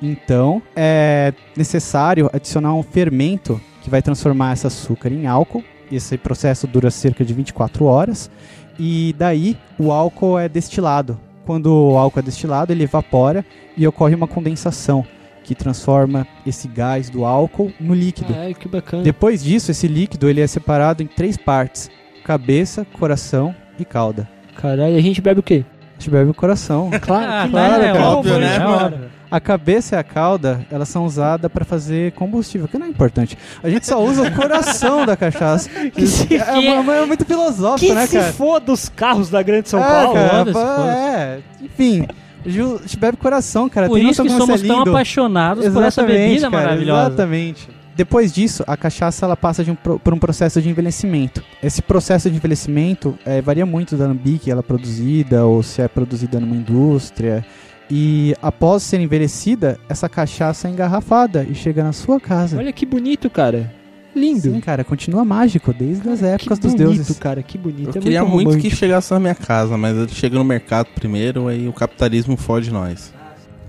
A: Então é necessário adicionar um fermento que vai transformar esse açúcar em álcool. Esse processo dura cerca de 24 horas. E daí o álcool é destilado. Quando o álcool é destilado, ele evapora e ocorre uma condensação que transforma esse gás do álcool no líquido.
B: Ai, É, que bacana.
A: Depois disso, esse líquido ele é separado em três partes: cabeça, coração e cauda.
B: Caralho, a gente bebe o quê?
A: A gente bebe o coração.
E: Ah,
B: Claro,
A: claro,
E: é
A: cara.
E: óbvio,
F: Óbvio,
E: né,
F: né,
E: é
F: mano?
E: óbvio.
A: A cabeça e a cauda, elas são usadas para fazer combustível, que não é importante. A gente só usa o coração da cachaça.
B: Que se,
A: É, uma- uma- é muito filosófico,
B: que
A: né,
B: se
A: cara?
B: foda os carros da Grande
A: é,
B: São Paulo.
A: cara,
E: foda-se,
A: pô,
E: foda-se.
A: é. Enfim, Ju- a gente bebe coração, cara.
E: Por
A: Tem
E: isso
A: noção
E: que
A: como
E: somos
A: é
E: tão
A: lindo?
E: apaixonados por essa bebida
A: cara,
E: maravilhosa.
A: Exatamente. Depois disso, a cachaça ela passa de um pro- por um processo de envelhecimento. Esse processo de envelhecimento eh, varia muito da Alambique, ela é produzida ou se é produzida numa indústria. E após ser envelhecida, essa cachaça é engarrafada e chega na sua casa.
B: Olha que bonito, cara. Lindo.
A: Sim, cara, continua mágico desde as épocas
B: que
A: É dos
B: bonito,
A: deuses.
B: cara, que bonito.
F: Eu
B: é
F: queria muito,
B: romântico.
F: que chegasse na minha casa, mas ele chega no mercado primeiro, aí o capitalismo fode nós.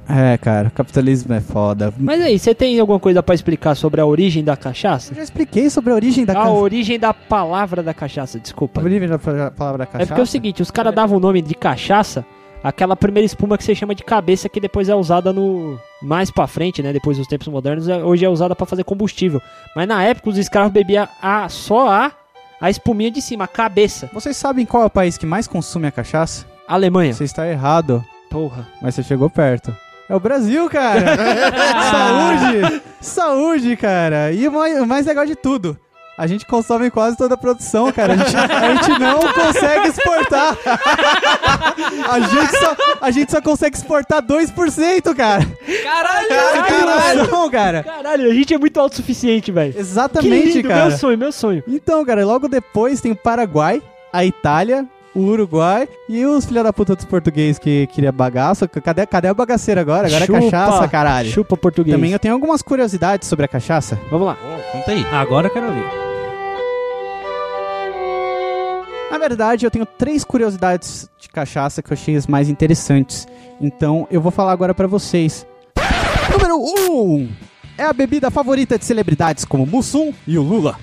A: É, cara, o capitalismo é foda.
B: Mas aí, você tem alguma coisa pra explicar sobre a origem da cachaça?
A: Eu já expliquei sobre a origem da
B: a
A: cachaça.
B: origem da palavra da cachaça, desculpa.
A: A origem da pa- palavra
B: É
A: cachaça.
B: porque é o seguinte, os caras davam o nome de cachaça aquela primeira espuma que você chama de cabeça que depois é usada no mais pra frente, né, depois dos tempos modernos, é- hoje é usada pra fazer combustível. Mas na época os escravos bebiam a só a a espuminha de cima, a cabeça.
A: Vocês sabem qual é o país que mais consome a cachaça?
B: Alemanha.
A: Você está errado.
B: Porra.
A: Mas você chegou perto. É o Brasil, cara! saúde! Saúde, cara! E o mai- o mais legal de tudo. A gente consome quase toda a produção, cara. A gente, a gente não consegue exportar. A gente só, a gente só consegue exportar 2%, cara.
B: Caralho,
A: Caralho, cara.
B: Caralho, a gente é muito autossuficiente, velho. Que
A: Exatamente,
B: lindo,
A: cara.
B: meu sonho, meu sonho.
A: Então, cara, logo depois tem o Paraguai, a Itália, o Uruguai e os filha da puta dos portugueses que queria bagaço. Cadê, cadê a bagaceira agora? Agora
B: Chupa,
A: é cachaça, caralho.
B: Chupa português.
A: Também eu tenho algumas curiosidades sobre a cachaça.
B: Vamos lá.
F: Conta aí.
E: Agora eu quero ouvir.
A: Na verdade, eu tenho três curiosidades de cachaça que eu achei as mais interessantes. Então, eu vou falar agora pra vocês. Número 1 um, é a bebida favorita de celebridades como Mussum e o Lula.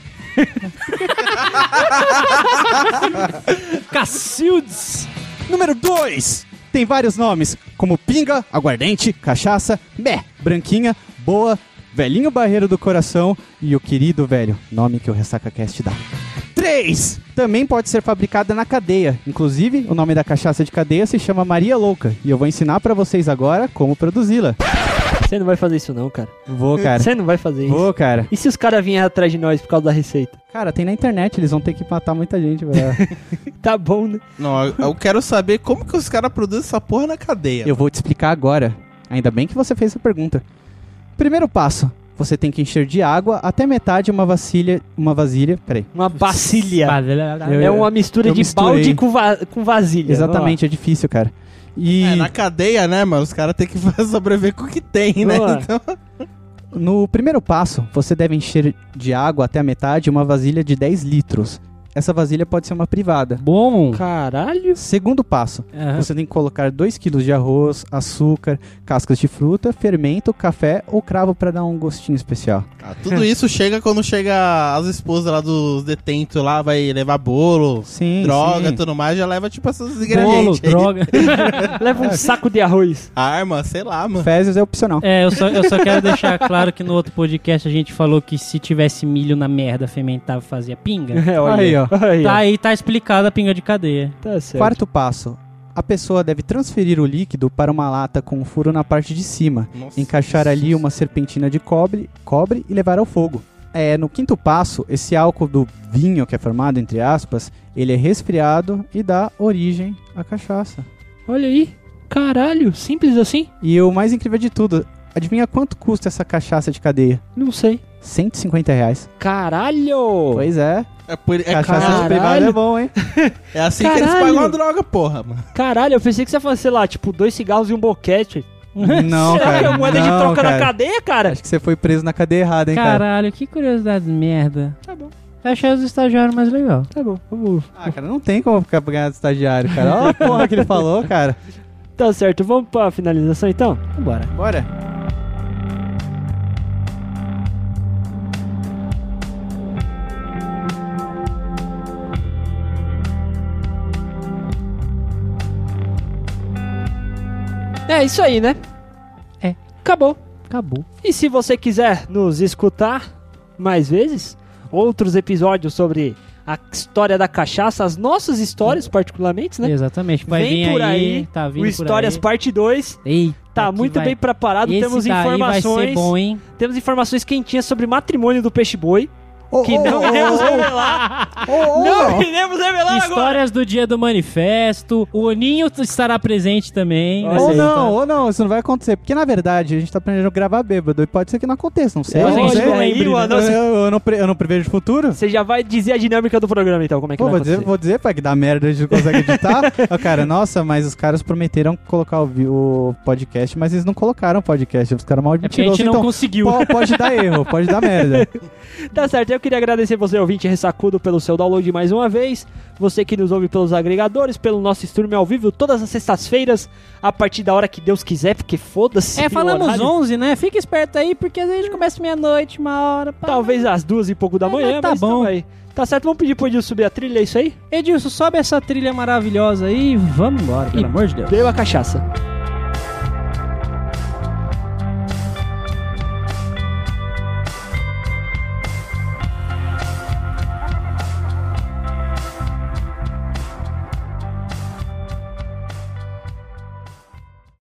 B: Cacildes.
A: Número 2 tem vários nomes, como pinga, aguardente, cachaça, mé, branquinha, boa, velhinho barreiro do coração e o querido velho, nome que o RessacaCast dá. 3. Também pode ser fabricada na cadeia. Inclusive, o nome da cachaça de cadeia se chama Maria Louca. E eu vou ensinar pra vocês agora como produzi-la.
B: Você não vai fazer isso não, cara.
A: Vou, cara.
B: Você não vai fazer isso.
A: Vou, cara.
B: E se os caras vierem atrás de nós por causa da receita?
A: Cara, tem na internet, eles vão ter que matar muita gente, velho.
B: Tá bom, né?
F: Não, eu- eu quero saber como que os caras produzem essa porra na cadeia.
A: Eu vou te explicar agora. Ainda bem que você fez a pergunta. Primeiro passo. Você tem que encher de água até metade uma vasilha. Uma vasilha. Peraí.
B: Uma bacilha.
A: Eu-
B: É uma mistura
A: eu
B: de
A: misturei.
B: balde com, va com vasilha.
A: Exatamente, é difícil, cara. E
F: É, na cadeia, né, mano? Os caras têm que sobreviver com o que tem, né?
B: Boa.
F: Então,
A: no primeiro passo, você deve encher de água até a metade uma vasilha de 10 litros. Essa vasilha pode ser uma privada.
E: Bom. é,
B: Vamos lá. Caralho.
A: Segundo passo,
E: Aham.
A: você tem que colocar 2 kg de arroz, açúcar, cascas de fruta, fermento, café ou cravo pra dar um gostinho especial.
F: ah, tudo isso chega quando chega as esposas lá dos detentos lá, vai levar bolo,
A: Sim,
F: droga,
A: sim.
F: tudo mais, já leva tipo essas
E: Bolo,
F: ingredientes. aí.
E: droga.
B: Leva um saco de arroz.
F: Arma, sei lá, mano.
A: Fezes é opcional.
E: É, eu só, eu só quero deixar claro que no outro podcast a gente falou que se tivesse milho na merda fermentava e fazia pinga.
B: É, olha
A: Aí, ó.
B: Aí, ó.
E: Tá aí, tá explicada a pinga de cadeia.
B: Tá certo.
A: Quarto passo. A pessoa deve transferir o líquido para uma lata com um furo na parte de cima,
F: Nossa.
A: encaixar ali uma serpentina de cobre, cobre e levar ao fogo. É, no quinto passo, esse álcool do vinho que é formado, entre aspas, ele é resfriado e dá origem à cachaça.
B: Olha aí. Caralho, simples assim?
A: E o mais incrível de tudo, adivinha quanto custa essa cachaça de cadeia?
B: Não sei.
A: 150 reais.
B: Caralho!
A: Pois é,
F: É, por, é,
A: cachaça
F: cara-
A: de
B: caralho.
A: privada é bom, hein?
F: é assim que eles
B: Caralho.
F: pagam a droga, porra, mano.
B: Caralho, eu pensei que você ia falar, sei lá, tipo, dois cigarros e um boquete.
A: Não,
B: Será
A: cara.
B: que é moeda de
A: não,
B: troca
A: cara.
B: na cadeia, cara?
A: Acho que você foi preso na cadeia errada, hein, cara?
E: Caralho, que curiosidade merda.
B: Tá bom.
E: Eu achei os estagiários mais legal.
B: Tá bom, vamos.
A: Ah, cara, não tem como ficar ganhando estagiário, cara. Olha a porra que ele falou, cara.
B: Tá certo, vamos pra finalização então?
E: Vambora.
A: Bora.
B: É isso aí, né?
E: É.
B: Acabou.
E: Acabou.
B: E se você quiser nos escutar mais vezes, outros episódios sobre a história da cachaça, as nossas histórias particularmente, né?
E: Exatamente. Vai
B: Vem
E: vir
B: por
E: aí,
B: aí,
E: tá vindo
B: O
E: por
B: Histórias
E: aí.
B: Parte 2
E: Eita,
B: tá
E: que
B: muito
E: vai-
B: bem preparado,
E: Esse
B: temos
E: daí vai
B: informações,
E: ser bom, hein?
B: temos informações quentinhas sobre matrimônio do peixe boi que não iremos revelar. não iremos revelar agora.
E: Histórias do dia do manifesto. O Ninho estará presente também.
B: Olha
E: nessa
A: Ou
B: aí,
A: não, ou não, isso não vai acontecer. Porque, na verdade, a gente tá planejando gravar bêbado. E pode ser que não aconteça, não sei.
E: Eu
A: Eu, não
E: acho
A: sei.
E: que
A: Eu,
E: não né?
B: aí,
E: lembro,
B: mano, você-
A: eu não pre- eu não prevejo o futuro.
B: Você já vai dizer a dinâmica do programa então, como é que
A: Pô,
B: vai
A: vou dizer,
B: acontecer?
A: vou dizer, pai, que dá merda, a gente não consegue editar. Ó, cara, nossa, mas os caras prometeram colocar o, vi- o podcast, mas eles não colocaram o podcast. Os caras mal
E: É porque a
A: mentirosos.
E: gente não
A: Então,
E: conseguiu.
A: po- pode dar erro, pode dar merda.
B: Tá certo, eu queria agradecer você, ouvinte Ressacudo, pelo seu download mais uma vez. Você que nos ouve pelos agregadores, pelo nosso stream ao vivo, todas as sextas-feiras, a partir da hora que Deus quiser, porque foda-se.
E: É,
B: o
E: falamos
B: horário.
E: 11, né? Fica esperto aí, porque às vezes a gente começa meia-noite, uma hora. pá.
B: Talvez às duas e pouco da
E: É,
B: manhã,
E: mas tá
B: mas
E: bom.
B: tamo aí. Tá certo, vamos pedir pro Edilson subir a trilha, é isso aí?
E: Edilson, sobe essa trilha maravilhosa aí e vamos embora, pelo amor de Deus.
B: Deu a cachaça.